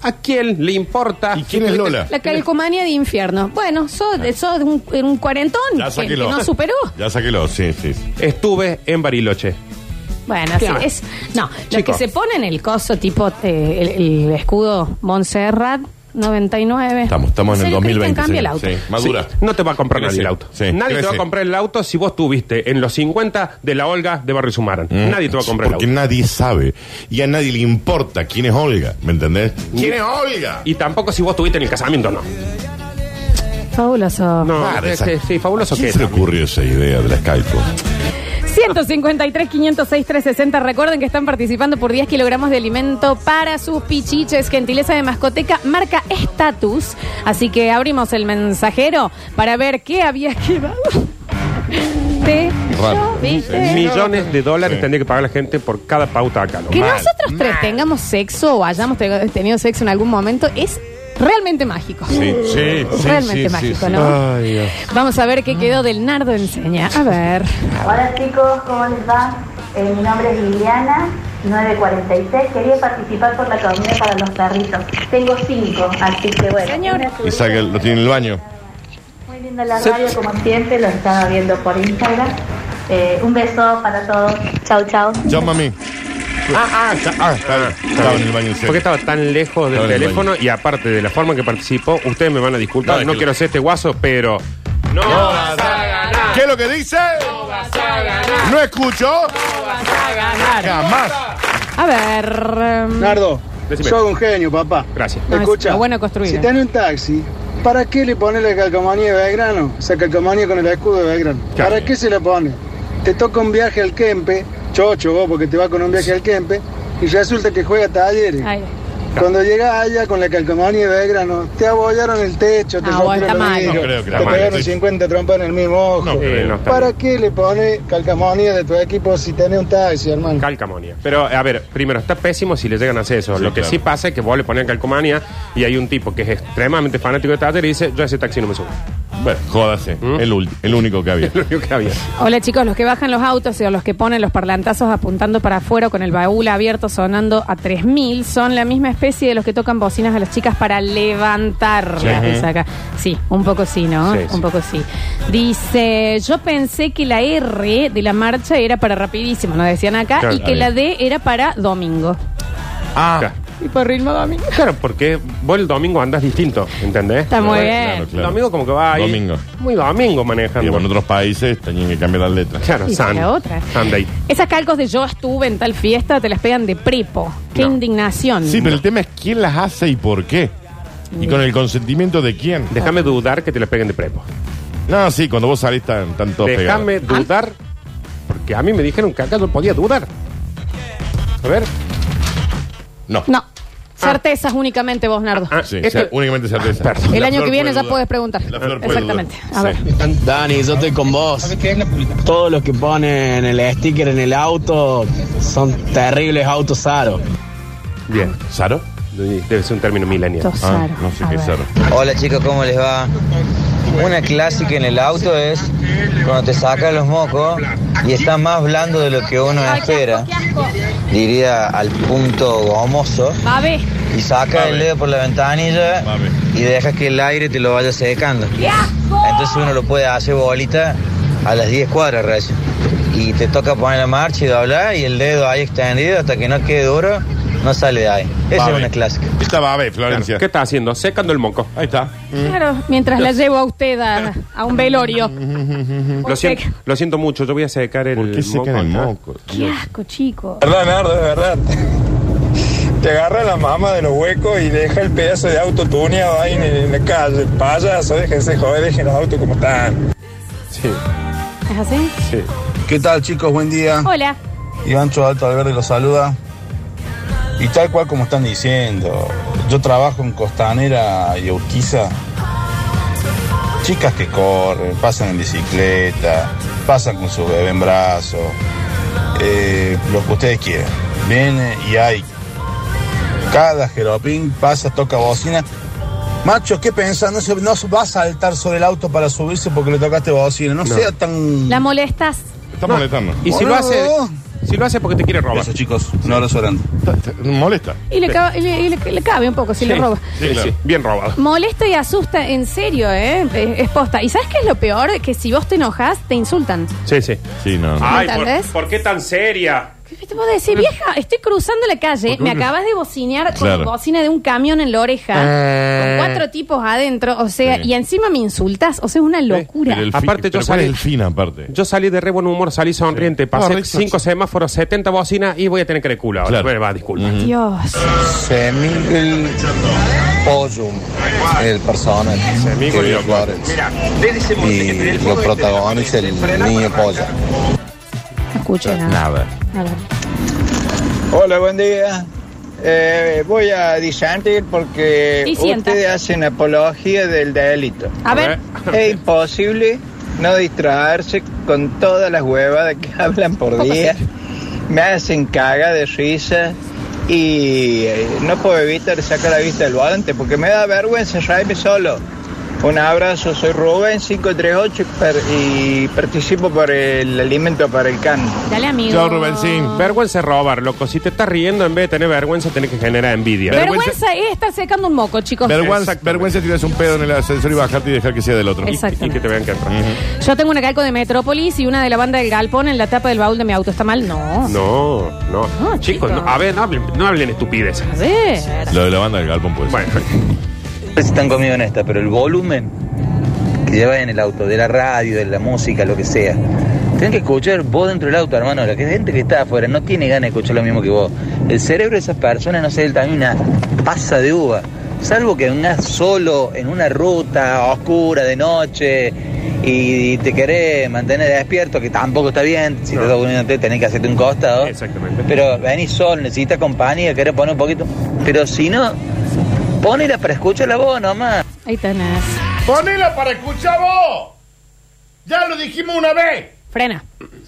¿A quién le importa?
¿Y quién es Lola?
La calcomanía de infierno. Bueno, sos, sos un, un cuarentón
Ya
que, que
saquélo.
no superó.
[LAUGHS] Ya saquélo, sí, sí. sí.
Estuve en Bariloche.
Bueno, sí,
Claro.
es. No, lo
Chicos.
que se pone en el coso, tipo eh, el, el escudo Montserrat 99.
Estamos, estamos en el
serio,
2020.
Cristian, cambia el auto.
sí, madura.
Sí, no te va a comprar
Crece.
nadie el auto.
Sí,
nadie te va
crece.
a comprar el auto si vos estuviste en los 50 de la Olga de Barrio Sumaran. Nadie te va a comprar
Mm. Porque
el auto.
nadie sabe. Y a nadie le importa quién es Olga, ¿me entendés? ¿Quién es Olga?
Y tampoco si vos estuviste en el casamiento, no.
Fabuloso.
No,
Claro,
es
esa-
que- Ah, sí, fabuloso que
¿Quién
es.
se le ocurrió esa idea de la Skype?
153, 506, 360. Recuerden que están participando por 10 kilogramos de alimento para sus pichiches. Gentileza de mascoteca, marca Status. Así que abrimos el mensajero para ver qué había quedado. [LAUGHS] De
Raro.
¿viste?
Eh, Millones de dólares
Sí.
tendría que pagar la gente por cada pauta acá. ¿no?
Que
Mal,
nosotros tres tengamos sexo o hayamos te- tenido sexo en algún momento es realmente mágico.
Sí, sí, sí,
Realmente
sí,
mágico,
sí, sí.
¿no?
Ay, Dios.
Vamos a ver qué quedó del Nardo Enseña. A ver.
Hola chicos, ¿cómo les va? Eh, mi nombre es Liliana, 946. Quería participar por la comida para los perritos. Tengo cinco, así que bueno.
Señora.
una
Y
subida.
saca, el- lo tiene en el baño.
Muy linda la radio, como siempre, lo estaba viendo por Instagram. Eh, un beso para todos. Chau, chau.
Chao, mami. Ah, ah, está- ah, está- estaba en el baño en serio.
Porque estaba tan lejos del
Estaba en el
teléfono y aparte de la forma en que participó, ustedes me van a disculpar,
No, es
no
que
quiero
lo-
ser este guaso, pero... No, vas a ganar.
¿Qué es lo que dice? No escucho. Jamás.
A ver. um,
Nardo,
Decime.
sos un genio, papá.
Gracias.
No, es ¿eh?
Escucha,
lo bueno construido.
si tenés un taxi, ¿para qué le pones la calcomanía de Belgrano? Esa calcomanía con el escudo de Belgrano.
Claro.
¿Para qué se la pone? Te toca un viaje al Kempe, chocho vos, porque te va con un viaje al Kempe, y resulta que juega talleres.
ay,
Cuando llegas allá con la calcomanía de Belgrano, te abollaron el techo, te
Ah, bueno,
rompieron
está
los
mal.
vidrios,
No creo que
te
está mal,
pegaron
sí.
50 trompas en el mismo ojo.
No creo.
Eh, no está
¿Para qué le pones calcomanía de tu equipo si tenés un taxi, hermano?
Calcamonía. Pero, a ver, primero, está pésimo si le llegan a hacer eso.
Sí,
Lo que
claro.
sí pasa es que vos le pones calcomanía y hay un tipo que es extremadamente fanático de Tater y dice, yo a ese taxi no me subo.
Bueno, jódase.
¿Mm?
El, ulti- el único que había.
[LAUGHS] Lo único que había.
Hola chicos, los que bajan los autos o los que ponen los parlantazos apuntando para afuera con el baúl abierto sonando a 3000 son la misma especie de los que tocan bocinas a las chicas para levantarlas.
Sí.
dice acá. Sí, un poco sí, ¿no?
Sí,
un
sí.
poco sí. Dice, yo pensé que la R de la marcha era para rapidísimo, nos decían acá,
Claro,
y que
está
la D era para domingo.
Ah,
Claro.
Y por ritmo domingo.
Claro, porque vos el domingo andas distinto, ¿entendés?
Está muy
Claro,
bien.
claro,
El domingo como que va ahí.
Domingo.
Muy domingo
Y
manejando.
en otros países tenían que cambiar las letras.
Claro,
Y
Sun-
para otra.
Sunday.
Esas calcos de yo estuve en tal fiesta te las pegan de prepo. Qué
No.
indignación.
Sí, pero el tema es quién las hace y por qué. Y con el consentimiento de quién.
Déjame dudar que te la peguen de prepo.
No, sí, cuando vos salís tan, tan todos pegados.
Déjame dudar, porque a mí me dijeron que acá yo podía dudar. A ver.
No.
No. Certezas únicamente vos, Nardo.
Ah,
Sí,
este-
sea, únicamente certeza.
[LAUGHS]
Ah, perdón.
el
La
año
flor
que viene
puede
ya
dudar.
puedes preguntar.
La flor Ah, puede
Exactamente.
dudar.
A ver.
Sí.
Dani, yo estoy con vos. Todos los que ponen el sticker en el auto son terribles autos aros.
Bien.
¿Saro?
Debe ser un término milenial.
Ah,
Tosaro.
no sé
A
qué es
ver.
Saro.
Hola chicos, ¿cómo les va? Una clásica en el auto es cuando te sacan los mocos y está más blando de lo que uno espera, diría al punto gomoso,
Babe,
y saca el dedo por la ventanilla
Mame.
y dejas que el aire te lo vaya secando.
¡Qué asco!
Entonces uno lo puede hacer bolita a las 10 cuadras, recién. Y te toca poner la marcha y doblar y el dedo ahí extendido hasta que no quede duro, no sale de ahí. Esa
Babe.
es una clásica.
Esta va a ver,
Claro.
Florencia.
¿Qué está haciendo? Secando el moco.
Ahí está.
Claro, mientras la llevo a usted a, a un velorio. Mm.
Lo siento, lo siento mucho, yo voy a secar el
¿Por qué secan
moco
el
acá.
moco?
Qué asco, chico.
Verdad, Nardo, es verdad. [LAUGHS] Te agarra la mama de los huecos y deja el pedazo de auto tuneado ahí en, en la calle. Payaso, déjense joder, dejen los autos como están.
Sí,
¿Es así?
sí.
¿Qué tal, chicos? Buen día.
Hola.
Mm.
Ivancho Alto Alberdi los saluda. Y tal cual como están diciendo, yo trabajo en Costanera y Urquiza. Chicas que corren, pasan en bicicleta, pasan con su bebé en brazos, eh, lo que ustedes quieran. Viene y hay. Cada jeropín pasa, toca bocina. Machos, ¿qué pensan? No, se, no va a saltar sobre el auto para subirse porque le tocaste bocina. No, sea tan...
¿La molestas?
Está
No,
molestando.
Y si lo
Boludo.
hace, si lo hace porque te quiere robar.
Besos, chicos. Un abrazo grande.
Está- está- Molesta.
Y le, caba- y le- y le- le cabe un poco si le roba.
Sí,
claro.
sí, bien robado.
Molesta y asusta, en serio, ¿eh? Es, es posta. ¿Y sabes qué es lo peor? Que si vos te enojas, te insultan.
Sí, sí.
Sí, no. no.
Ay, por,
entendés?
¿por qué tan seria?
¿Qué te puedo decir? Vieja, estoy cruzando la calle, me acabas de bocinear
Claro.
con la bocina de un camión en la oreja, con cuatro tipos adentro, o sea,
Sí.
y encima me insultas, o sea, es una locura.
Pero el fin-
Aparte, yo
pero ¿cuál es
salí-
el fin aparte?
Yo salí de re buen humor, salí sonriente,
Ah,
pasé
re-
cinco semáforos, 70 bocinas y voy a tener que de culo ahora.
Claro.
Va, disculpa.
Dios.
Semigel Pollum, el personaje.
Semigel
que
y
vive
Ojo.
en Flores. Y lo protagoniza el niño polla.
No escuché nada.
Nada.
A ver.
Hola, buen día. Eh, voy a disentir porque
Disienta.
ustedes hacen apología del delito.
A ver,
Es imposible no distraerse con todas las huevadas que [LAUGHS] hablan por
Poco
día. Me hacen caga de risa y eh, no puedo evitar sacar la vista del volante porque me da vergüenza reírme solo. Un abrazo, soy Rubén 538 y per- y participo por el alimento para el can.
dale amigo.
Chao, Rubensín.
Vergüenza es robar, loco. Si te estás riendo, en vez de tener vergüenza, tenés que generar envidia.
Vergüenza es estar secando un moco, chicos.
Vergüenza,
Exactamente.
vergüenza tirarse un pedo en el ascensor y bajarte y dejar que sea del otro.
Exacto.
y que te vean que entras.
Yo tengo una calco de Metrópolis y una de la banda del Galpón en la tapa del baúl de mi auto. ¿Está mal? No.
No, no.
No,
Chicos,
chicos.
no, a ver, no hablen, no hablen estupideces.
A ver.
Lo de la banda del galpón, pues.
Bueno,
sé si están conmigo en esta, pero el volumen que llevas en el auto, de la radio, de la música, lo que sea, tienen que escuchar vos dentro del auto, hermano. La que- gente que está afuera no tiene ganas de escuchar lo mismo que vos. El cerebro de esas personas, no sé, él también una pasa de uva. Salvo que andás solo en una ruta oscura de noche y te querés mantener despierto, que tampoco está bien. Si te estás durmiendo, tenés que hacerte un costado.
Exactamente.
Pero venís solo, necesitas compañía, querés poner un poquito. Pero si no, ponela para escuchar la voz nomás.
Ahí tenés.
¡Ponela para escuchar vos! ¡Ya lo dijimos una vez!
Frena.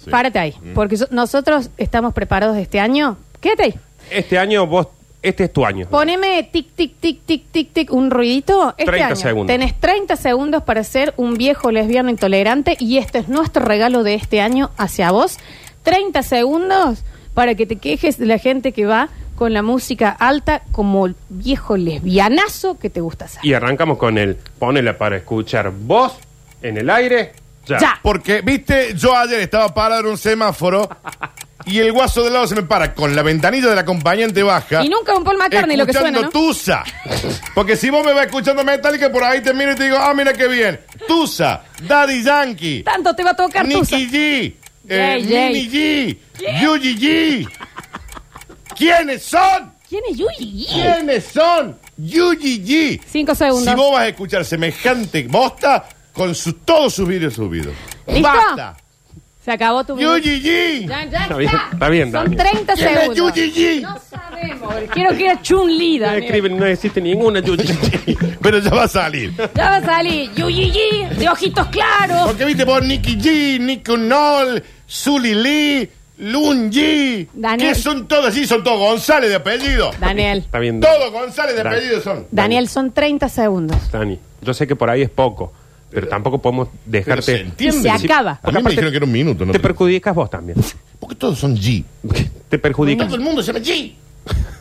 Párate ahí.
Mm.
Porque so- nosotros estamos preparados este año. Quédate ahí.
este año vos, este es tu año.
Poneme tic, tic, tic, tic, tic, tic, un ruidito. Este
30
año
segundos.
tenés 30 segundos para ser un viejo lesbiano intolerante y este es nuestro regalo de este año hacia vos. 30 segundos para que te quejes de la gente que va con la música alta como el viejo lesbianazo que te gusta hacer.
Y arrancamos con el ponela para escuchar vos en el aire. Ya.
Ya.
Porque, viste, yo ayer estaba parado en un semáforo Y el guaso del lado se me para con la ventanilla del acompañante baja.
Y nunca un Paul McCartney lo que suena,
escuchando
¿no?
Tusa. Porque si vos me vas escuchando Metallica, por ahí te miro y te digo, ah, mira qué bien. Tusa, Daddy Yankee,
Tanto te va a tocar tu
Nicky G, eh,
Yay, yay.
Mini G, Yuji G. ¿Quiénes son?
¿Quién es Yuji?
¿Quiénes son? Yuji G.
Cinco segundos.
Si vos vas a escuchar semejante bosta con su- todos sus vídeos subidos.
¿Listo?
¡Basta!
Se acabó tu video.
Yuji G.
Ya, ya
Está bien,
está.
está bien,
Son
Daniel.
30
¿Quién es
segundos.
Yuji G?
No sabemos. Quiero que era Chun-Li,
No
Daniel.
escriben, no existe ninguna Yuji.
[LAUGHS] Pero ya va a salir.
Ya va a salir Yuji G, de ojitos claros.
Porque viste por Nicky G, Nicky Nol, Zully Lee, Lun G.
Daniel.
Que son todos así, son todos González de apellido.
Daniel.
Está bien,
Todos González de
Dani.
apellido son.
Daniel, son 30 segundos.
Dani. Yo sé que por ahí es poco, pero tampoco podemos
Pero se
dejarte.
entiende.
Y se acaba.
A mí me dijeron que era un minuto, ¿no?
Te perjudicas vos
[LAUGHS]
también.
Porque todos son G.
Te perjudicas.
Todo el mundo se llama G.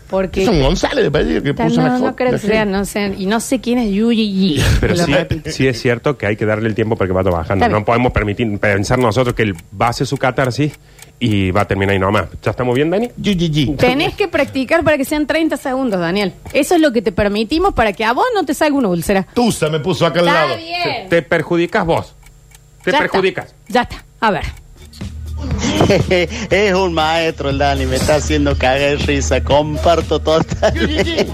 Porque.
Son González de apellido que puso la
No, no
foto,
creo
la
que
gente.
sean, no sean. Y no sé quién es Yuji G.
Pero
Lo
sí,
repito.
sí es cierto que hay que darle el tiempo para que vaya bajando.
Está bien.
No podemos permitir pensar nosotros que él va a hacer su catarsis y va a terminar ahí nomás. ¿Ya estamos bien, Dani?
Yuji G.
Tenés que practicar para que sean 30 segundos, Daniel. Eso es lo que te permitimos para que a vos no te salga una úlcera.
Tusa me puso acá al lado.
bien.
Te perjudicas vos. Te
Ya
perjudicas.
está. Ya está. A ver.
[LAUGHS] es un maestro el Dani, me está haciendo cagar en risa. Comparto totalmente.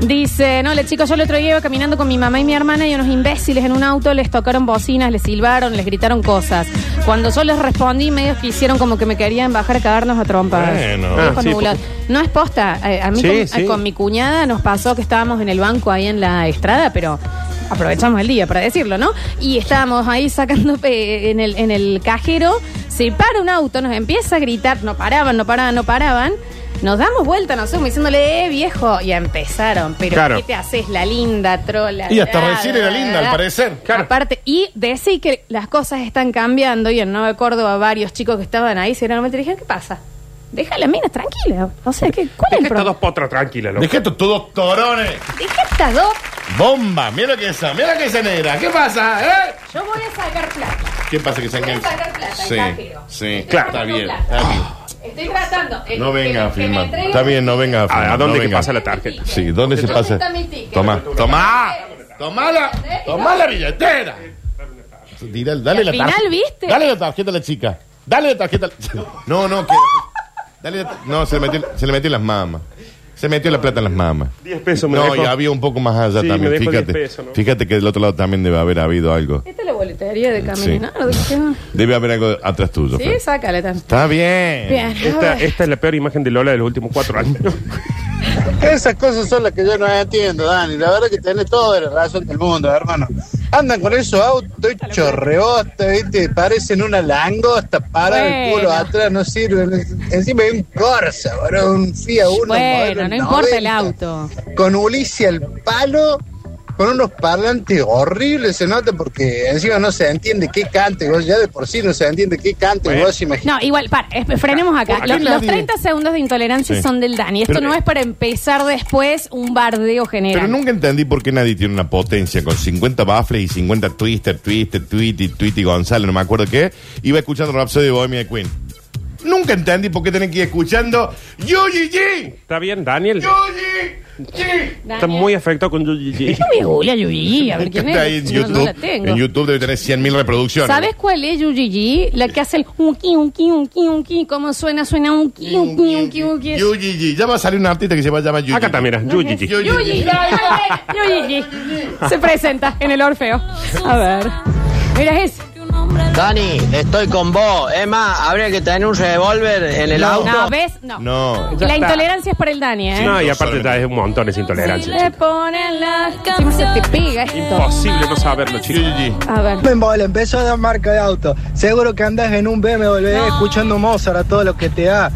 Dice, no, le chicos, yo el otro día iba caminando con mi mamá y mi hermana y unos imbéciles en un auto les tocaron bocinas, les silbaron, les gritaron cosas. Cuando yo les respondí, medios que hicieron como que me querían bajar a cagarnos a trompas.
Bueno.
Viejos
Ah, sí,
nublados. No es posta. Eh, a mí
Sí,
con,
sí.
eh, con mi cuñada nos pasó que estábamos en el banco ahí en la estrada, pero aprovechamos el día para decirlo, ¿no? Y estábamos ahí sacando eh, en el, en el cajero, se para un auto, nos empieza a gritar, no paraban, no paraban, no paraban. Nos damos vuelta, nos fuimos diciéndole, eh, viejo, y empezaron, pero
Claro.
¿qué te haces? La linda, trola.
Y hasta
la,
recién era
la,
linda, al
la.
parecer. Claro.
Aparte, y decir que las cosas están cambiando, y en Nueva Córdoba varios chicos que estaban ahí se dieron vuelta y dijeron, ¿qué pasa? Deja la mina tranquila. O sea, ¿qué, ¿cuál es el
Deja estos
problema?
dos potros tranquilos, loco.
Dejé estos todos torones.
Deja estas dos.
Bomba. Mira que esa, mira que esa negra. ¿Qué pasa, eh?
Yo voy a sacar plata.
¿Qué pasa que se
Voy a
engancha?
sacar plata,
Sí,
cajero.
sí.
Claro.
Está bien,
Plata.
está bien.
Estoy tratando. eh,
No
que-
venga a
que me
firmar.
entreguen-
Está bien, no venga a firmar.
¿A dónde
no
que
venga.
pasa la tarjeta?
Sí, ¿dónde se
¿Dónde
pasa?
está mi ticket?
Tomá, tomá. Tomá la, tomá la billetera. Dirá, dale
Y al
la tarjeta.
final, ¿viste?
Dale la tarjeta a la chica. Dale la tarjeta. a la- [LAUGHS] No, no, que. Dale la- No, se le metió, se le metió en las mamas. Se metió la plata en las mamas.
10 pesos me
No,
dejó.
y había un poco más allá
Sí,
también,
me dejó
fíjate.
10 pesos, ¿no?
Fíjate que del otro lado también debe haber habido algo.
Esta es la boletería de
Sí.
Camino. ¿no?
Debe haber algo atrás tuyo. Fer.
Sí, sácale también.
Está bien.
Bien.
Esta, esta es la peor imagen de Lola de los últimos cuatro años.
[LAUGHS]
Esas cosas son las que yo no entiendo, Dani. La verdad que tenés toda la razón del mundo, hermano. Andan con esos autos hechos rebotes, ¿viste? Parecen una langosta, paran el culo
Bueno.
atrás, no sirven. Encima hay un Corsa, boludo, un Fiat Uno.
Bueno,
modelo
no importa el
90,
auto.
Con Ulises al palo, con unos parlantes horribles, se nota, porque encima no se entiende qué cante, vos ya de por sí no se entiende qué cante, vos imagínate.
No, igual, para, frenemos acá.
Aquí
Los, los
nadie-
30 segundos de intolerancia
Sí.
son del Dani. Esto
Pero,
no
eh,
es para empezar después un bardeo general.
Pero nunca entendí por qué nadie tiene una potencia con 50 baffles y 50 twister, twister, tweety, tweety, Gonzalo, no me acuerdo qué. Iba escuchando Rhapsody de Bohemia Queen. Nunca entendí por qué tenés que ir escuchando Yuji G.
¿Está bien, Daniel?
Yuji G.
Está muy afectado con Yuji.
Yo me googleo a Yuji G, a ver quién
Está ahí en
es. No,
YouTube.
no la tengo.
En YouTube debe tener 100.000 reproducciones.
¿Sabes cuál es Yuji G? La que hace el unki, unki, unki, unki. ¿Cómo suena? Suena unki, unki, unki, unki. Es-
Yuji G. Ya va a salir un artista que se va a llamar Yuji
Acá está,
G.
mira,
Yuji
Yuji.
Yuji
Yuji
G.
G. Se presenta en el Orfeo. A ver. Mira ese.
Dani, estoy con vos. Es más, habría que tener un revólver en el auto.
No, ¿ves? No.
No.
La
está.
intolerancia es para el Dani, ¿eh?
No, y aparte ya es un montón esa intolerancia.
Le
chico.
ponen las canciones. Se te pega esto.
Imposible no saberlo, chicos.
Yuji G.
A ver.
Me embola, empezó a dar marca de auto. Seguro que andás en un BMW escuchando Mozart a todo lo que te da.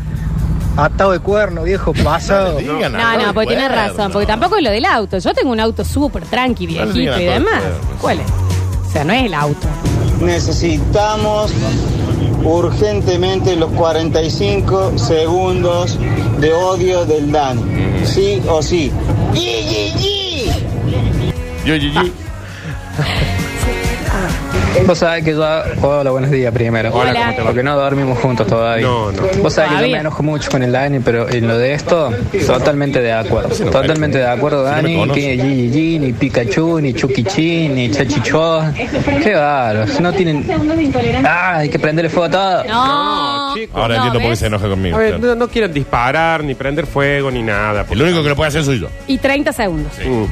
Atado de cuerno, viejo pasado.
Digan
No,
algo
no,
de
porque tiene
cuerno.
razón, porque tampoco es lo del auto. Yo tengo un auto súper tranqui,
le
viejito
digan
y
a todo el
demás.
pueblo.
¿Cuál es? O sea, no es el auto.
Necesitamos urgentemente los 45 segundos de odio del Dani. Sí o sí.
Yuji G.
Vos sabés que yo. Hola, buenos días primero.
Hola, Hola. ¿cómo te va?
Porque no dormimos juntos todavía.
No, no.
Vos sabés que yo
Todavía.
me enojo mucho con el Dani, pero en lo de esto, totalmente de acuerdo. Totalmente de acuerdo,
Si no me
Dani.
conoce.
que Gigi, G, ni Pikachu, ni Chucky Chi, ni Chachichó. Qué varos. No tienen. Ah, hay que prenderle fuego a todo.
No,
chicos.
Ahora entiendo por qué se enoja conmigo.
A ver,
claro.
no, no quieran disparar, ni prender fuego, ni nada.
El único que lo puede hacer soy yo.
Y 30 segundos.
Ujú.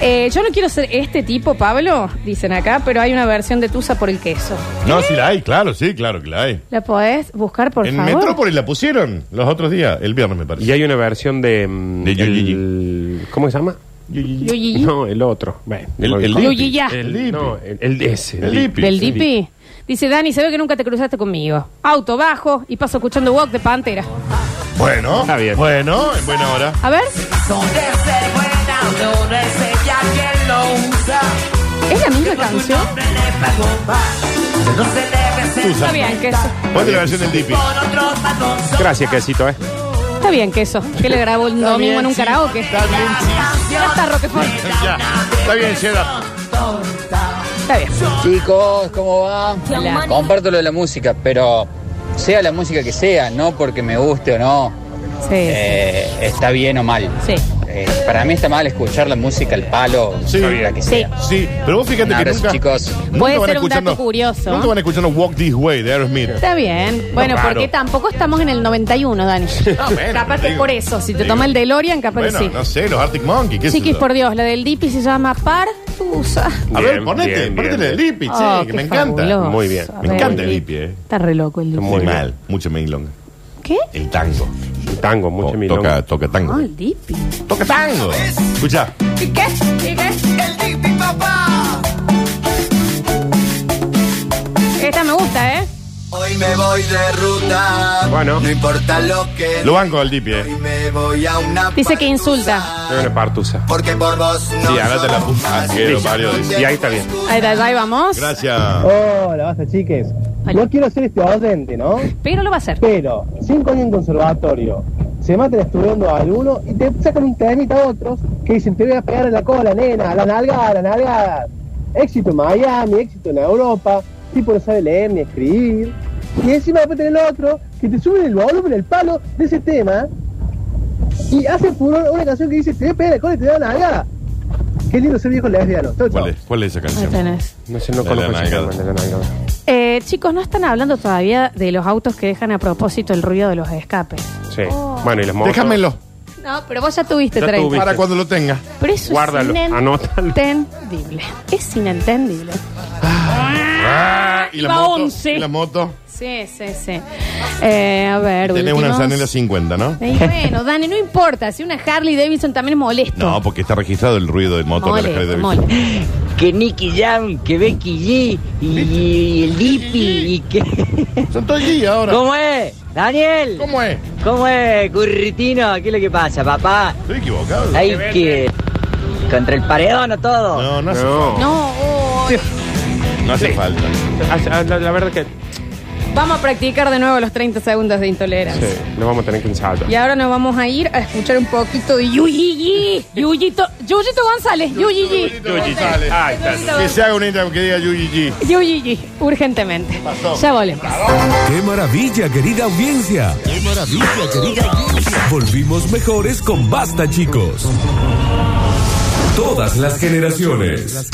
Eh, yo no quiero ser este tipo, Pablo, dicen acá, pero hay una versión de Tusa por el queso.
No, sí la hay, claro, sí, claro que la hay.
¿La podés buscar, por
en
favor?
Metrópolis la pusieron los otros días, el viernes me parece.
Y hay una versión de. mm, el- ¿Cómo se llama?
Yuyiyi.
No, el otro. Bueno,
El-
no me
el
acuerdo.
Dipi. Yuyiya.
El- No, el- el ese.
El Dipi.
¿Del Dipi? Dice Dani, se ve que nunca te cruzaste conmigo. Auto bajo y paso escuchando walk de Pantera.
Bueno, bueno, en buena hora.
A ver. ¿Es la misma canción? Está bien, queso.
Ponte la versión del Dipi.
Gracias, quesito, eh.
Está bien, queso. Que le grabó el domingo en un karaoke. Ya está, Roquefort.
Ya, está bien, Sheda.
Está bien.
Chicos, ¿cómo va?
Hola.
Comparto lo de la música, pero sea la música que sea, no porque me guste o no,
Sí.
eh, está bien o mal.
Sí.
Eh, para mí está mal escuchar la música al palo, la que sea.
Sí, pero vos fíjate
Un
que
abrazo,
nunca,
chicos.
nunca
Puede
van
ser un
escuchando-
dato curioso.
Nunca van escuchando Walk This Way de Aerosmith.
Está bien. Bueno,
raro.
porque tampoco estamos en el 91, Dani.
Ah, bueno,
capaz que
digo,
por eso. Si te
digo.
toma el DeLorean, capaz
Bueno,
que sí.
no sé, los Arctic Monkeys, qué sé
Chiquis,
yo.
por Dios, la del Dipi se llama Partusa.
A
Bien,
ver, ponete,
bien,
ponete
bien,
el
bien.
Lipi, che,
Oh,
que
qué
me encanta.
fabuloso.
Muy bien.
A
Me
ver,
encanta el
Lipi.
Lipi, eh.
Está re loco el Dipi.
Muy mal, mucho milonga.
¿Qué?
El tango. Oh,
El tango, mucho
Toca, toca tango.
No, el Dipi.
Toca tango. Escucha.
¿Y qué? ¿Y qué? El Dipi, papá. Esta me gusta, ¿eh?
Hoy me voy de ruta.
Bueno.
No importa lo que
Lo banco al Dipi, eh.
me voy a una.
Dice que insulta.
Es una partusa.
Porque por vos no.
Sí, ahora te la puse. Ah, que lo parió, dice.
Y ahí está bien.
Ahí, está, ahí vamos.
Gracias.
Hola, basta chiques. No quiero ser este docente, ¿no?
Pero lo va a hacer.
Pero, cinco años en conservatorio, se matan estudiando a uno y te sacan un cadenita a otros que dicen, te voy a pegar a la cola, nena, a la nalgada, a la nalgada. Éxito en Miami, éxito en Europa, tipo no sabe leer ni escribir. Y encima después tenés el otro que te suben el volumen, el palo de ese tema y hace furor una canción que dice, te voy a pegar a la cola y te voy a la nalgada. Qué lindo ser viejo lesbiano. Chau, chau.
¿Cuál es, ¿Cuál es esa
Ahí
canción?
tenés.
No sé, no
La
conozco
de la
ese
nalgada.
tema, la de la nalgada.
Eh, chicos, no están hablando todavía de los autos que dejan a propósito el ruido de los escapes.
Sí. Bueno, y las motos.
Déjamelo.
No, pero vos ya tuviste
Ya
30.
tuviste.
Para cuando lo tenga.
Pero eso
Guárdalo,
es
anótalo.
inentendible. Es inentendible.
Ah, y la
Iba
moto.
11.
Y la moto.
Sí, sí, sí. Eh, a ver,
Tenés
últimos.
una Zanella 50, ¿no?
Y bueno, Dani, no importa. Si una Harley Davidson también es molesto.
No, porque está registrado el ruido del motor de la
Mole,
Harley Davidson.
mole.
Que Nicky Jam, que Becky G, y, y el Dipi, y que...
Son todos G ahora.
¿Cómo es? Daniel.
¿Cómo es?
¿Cómo es, curritino? ¿Qué es lo que pasa, papá?
Estoy equivocado.
Hay que... Contra el paredón o todo.
No, no hace
No.
falta.
No, oh,
No hace
Sí.
falta.
Ah, La, la verdad que
vamos a practicar de nuevo los 30 segundos de intolerancia.
sí, lo vamos a tener que ensayar.
Y ahora nos vamos a ir a escuchar un poquito de Yuyigi. Yuyito, Yuyito González. Yuyigi.
González.
Ahí está.
Que se haga un Instagram que diga Yuji G.
Yuyigi. Urgentemente.
Pasó.
Ya volvemos.
¡Qué maravilla, querida audiencia! ¡Qué maravilla, querida audiencia! Volvimos mejores con Basta, chicos. Todas las generaciones.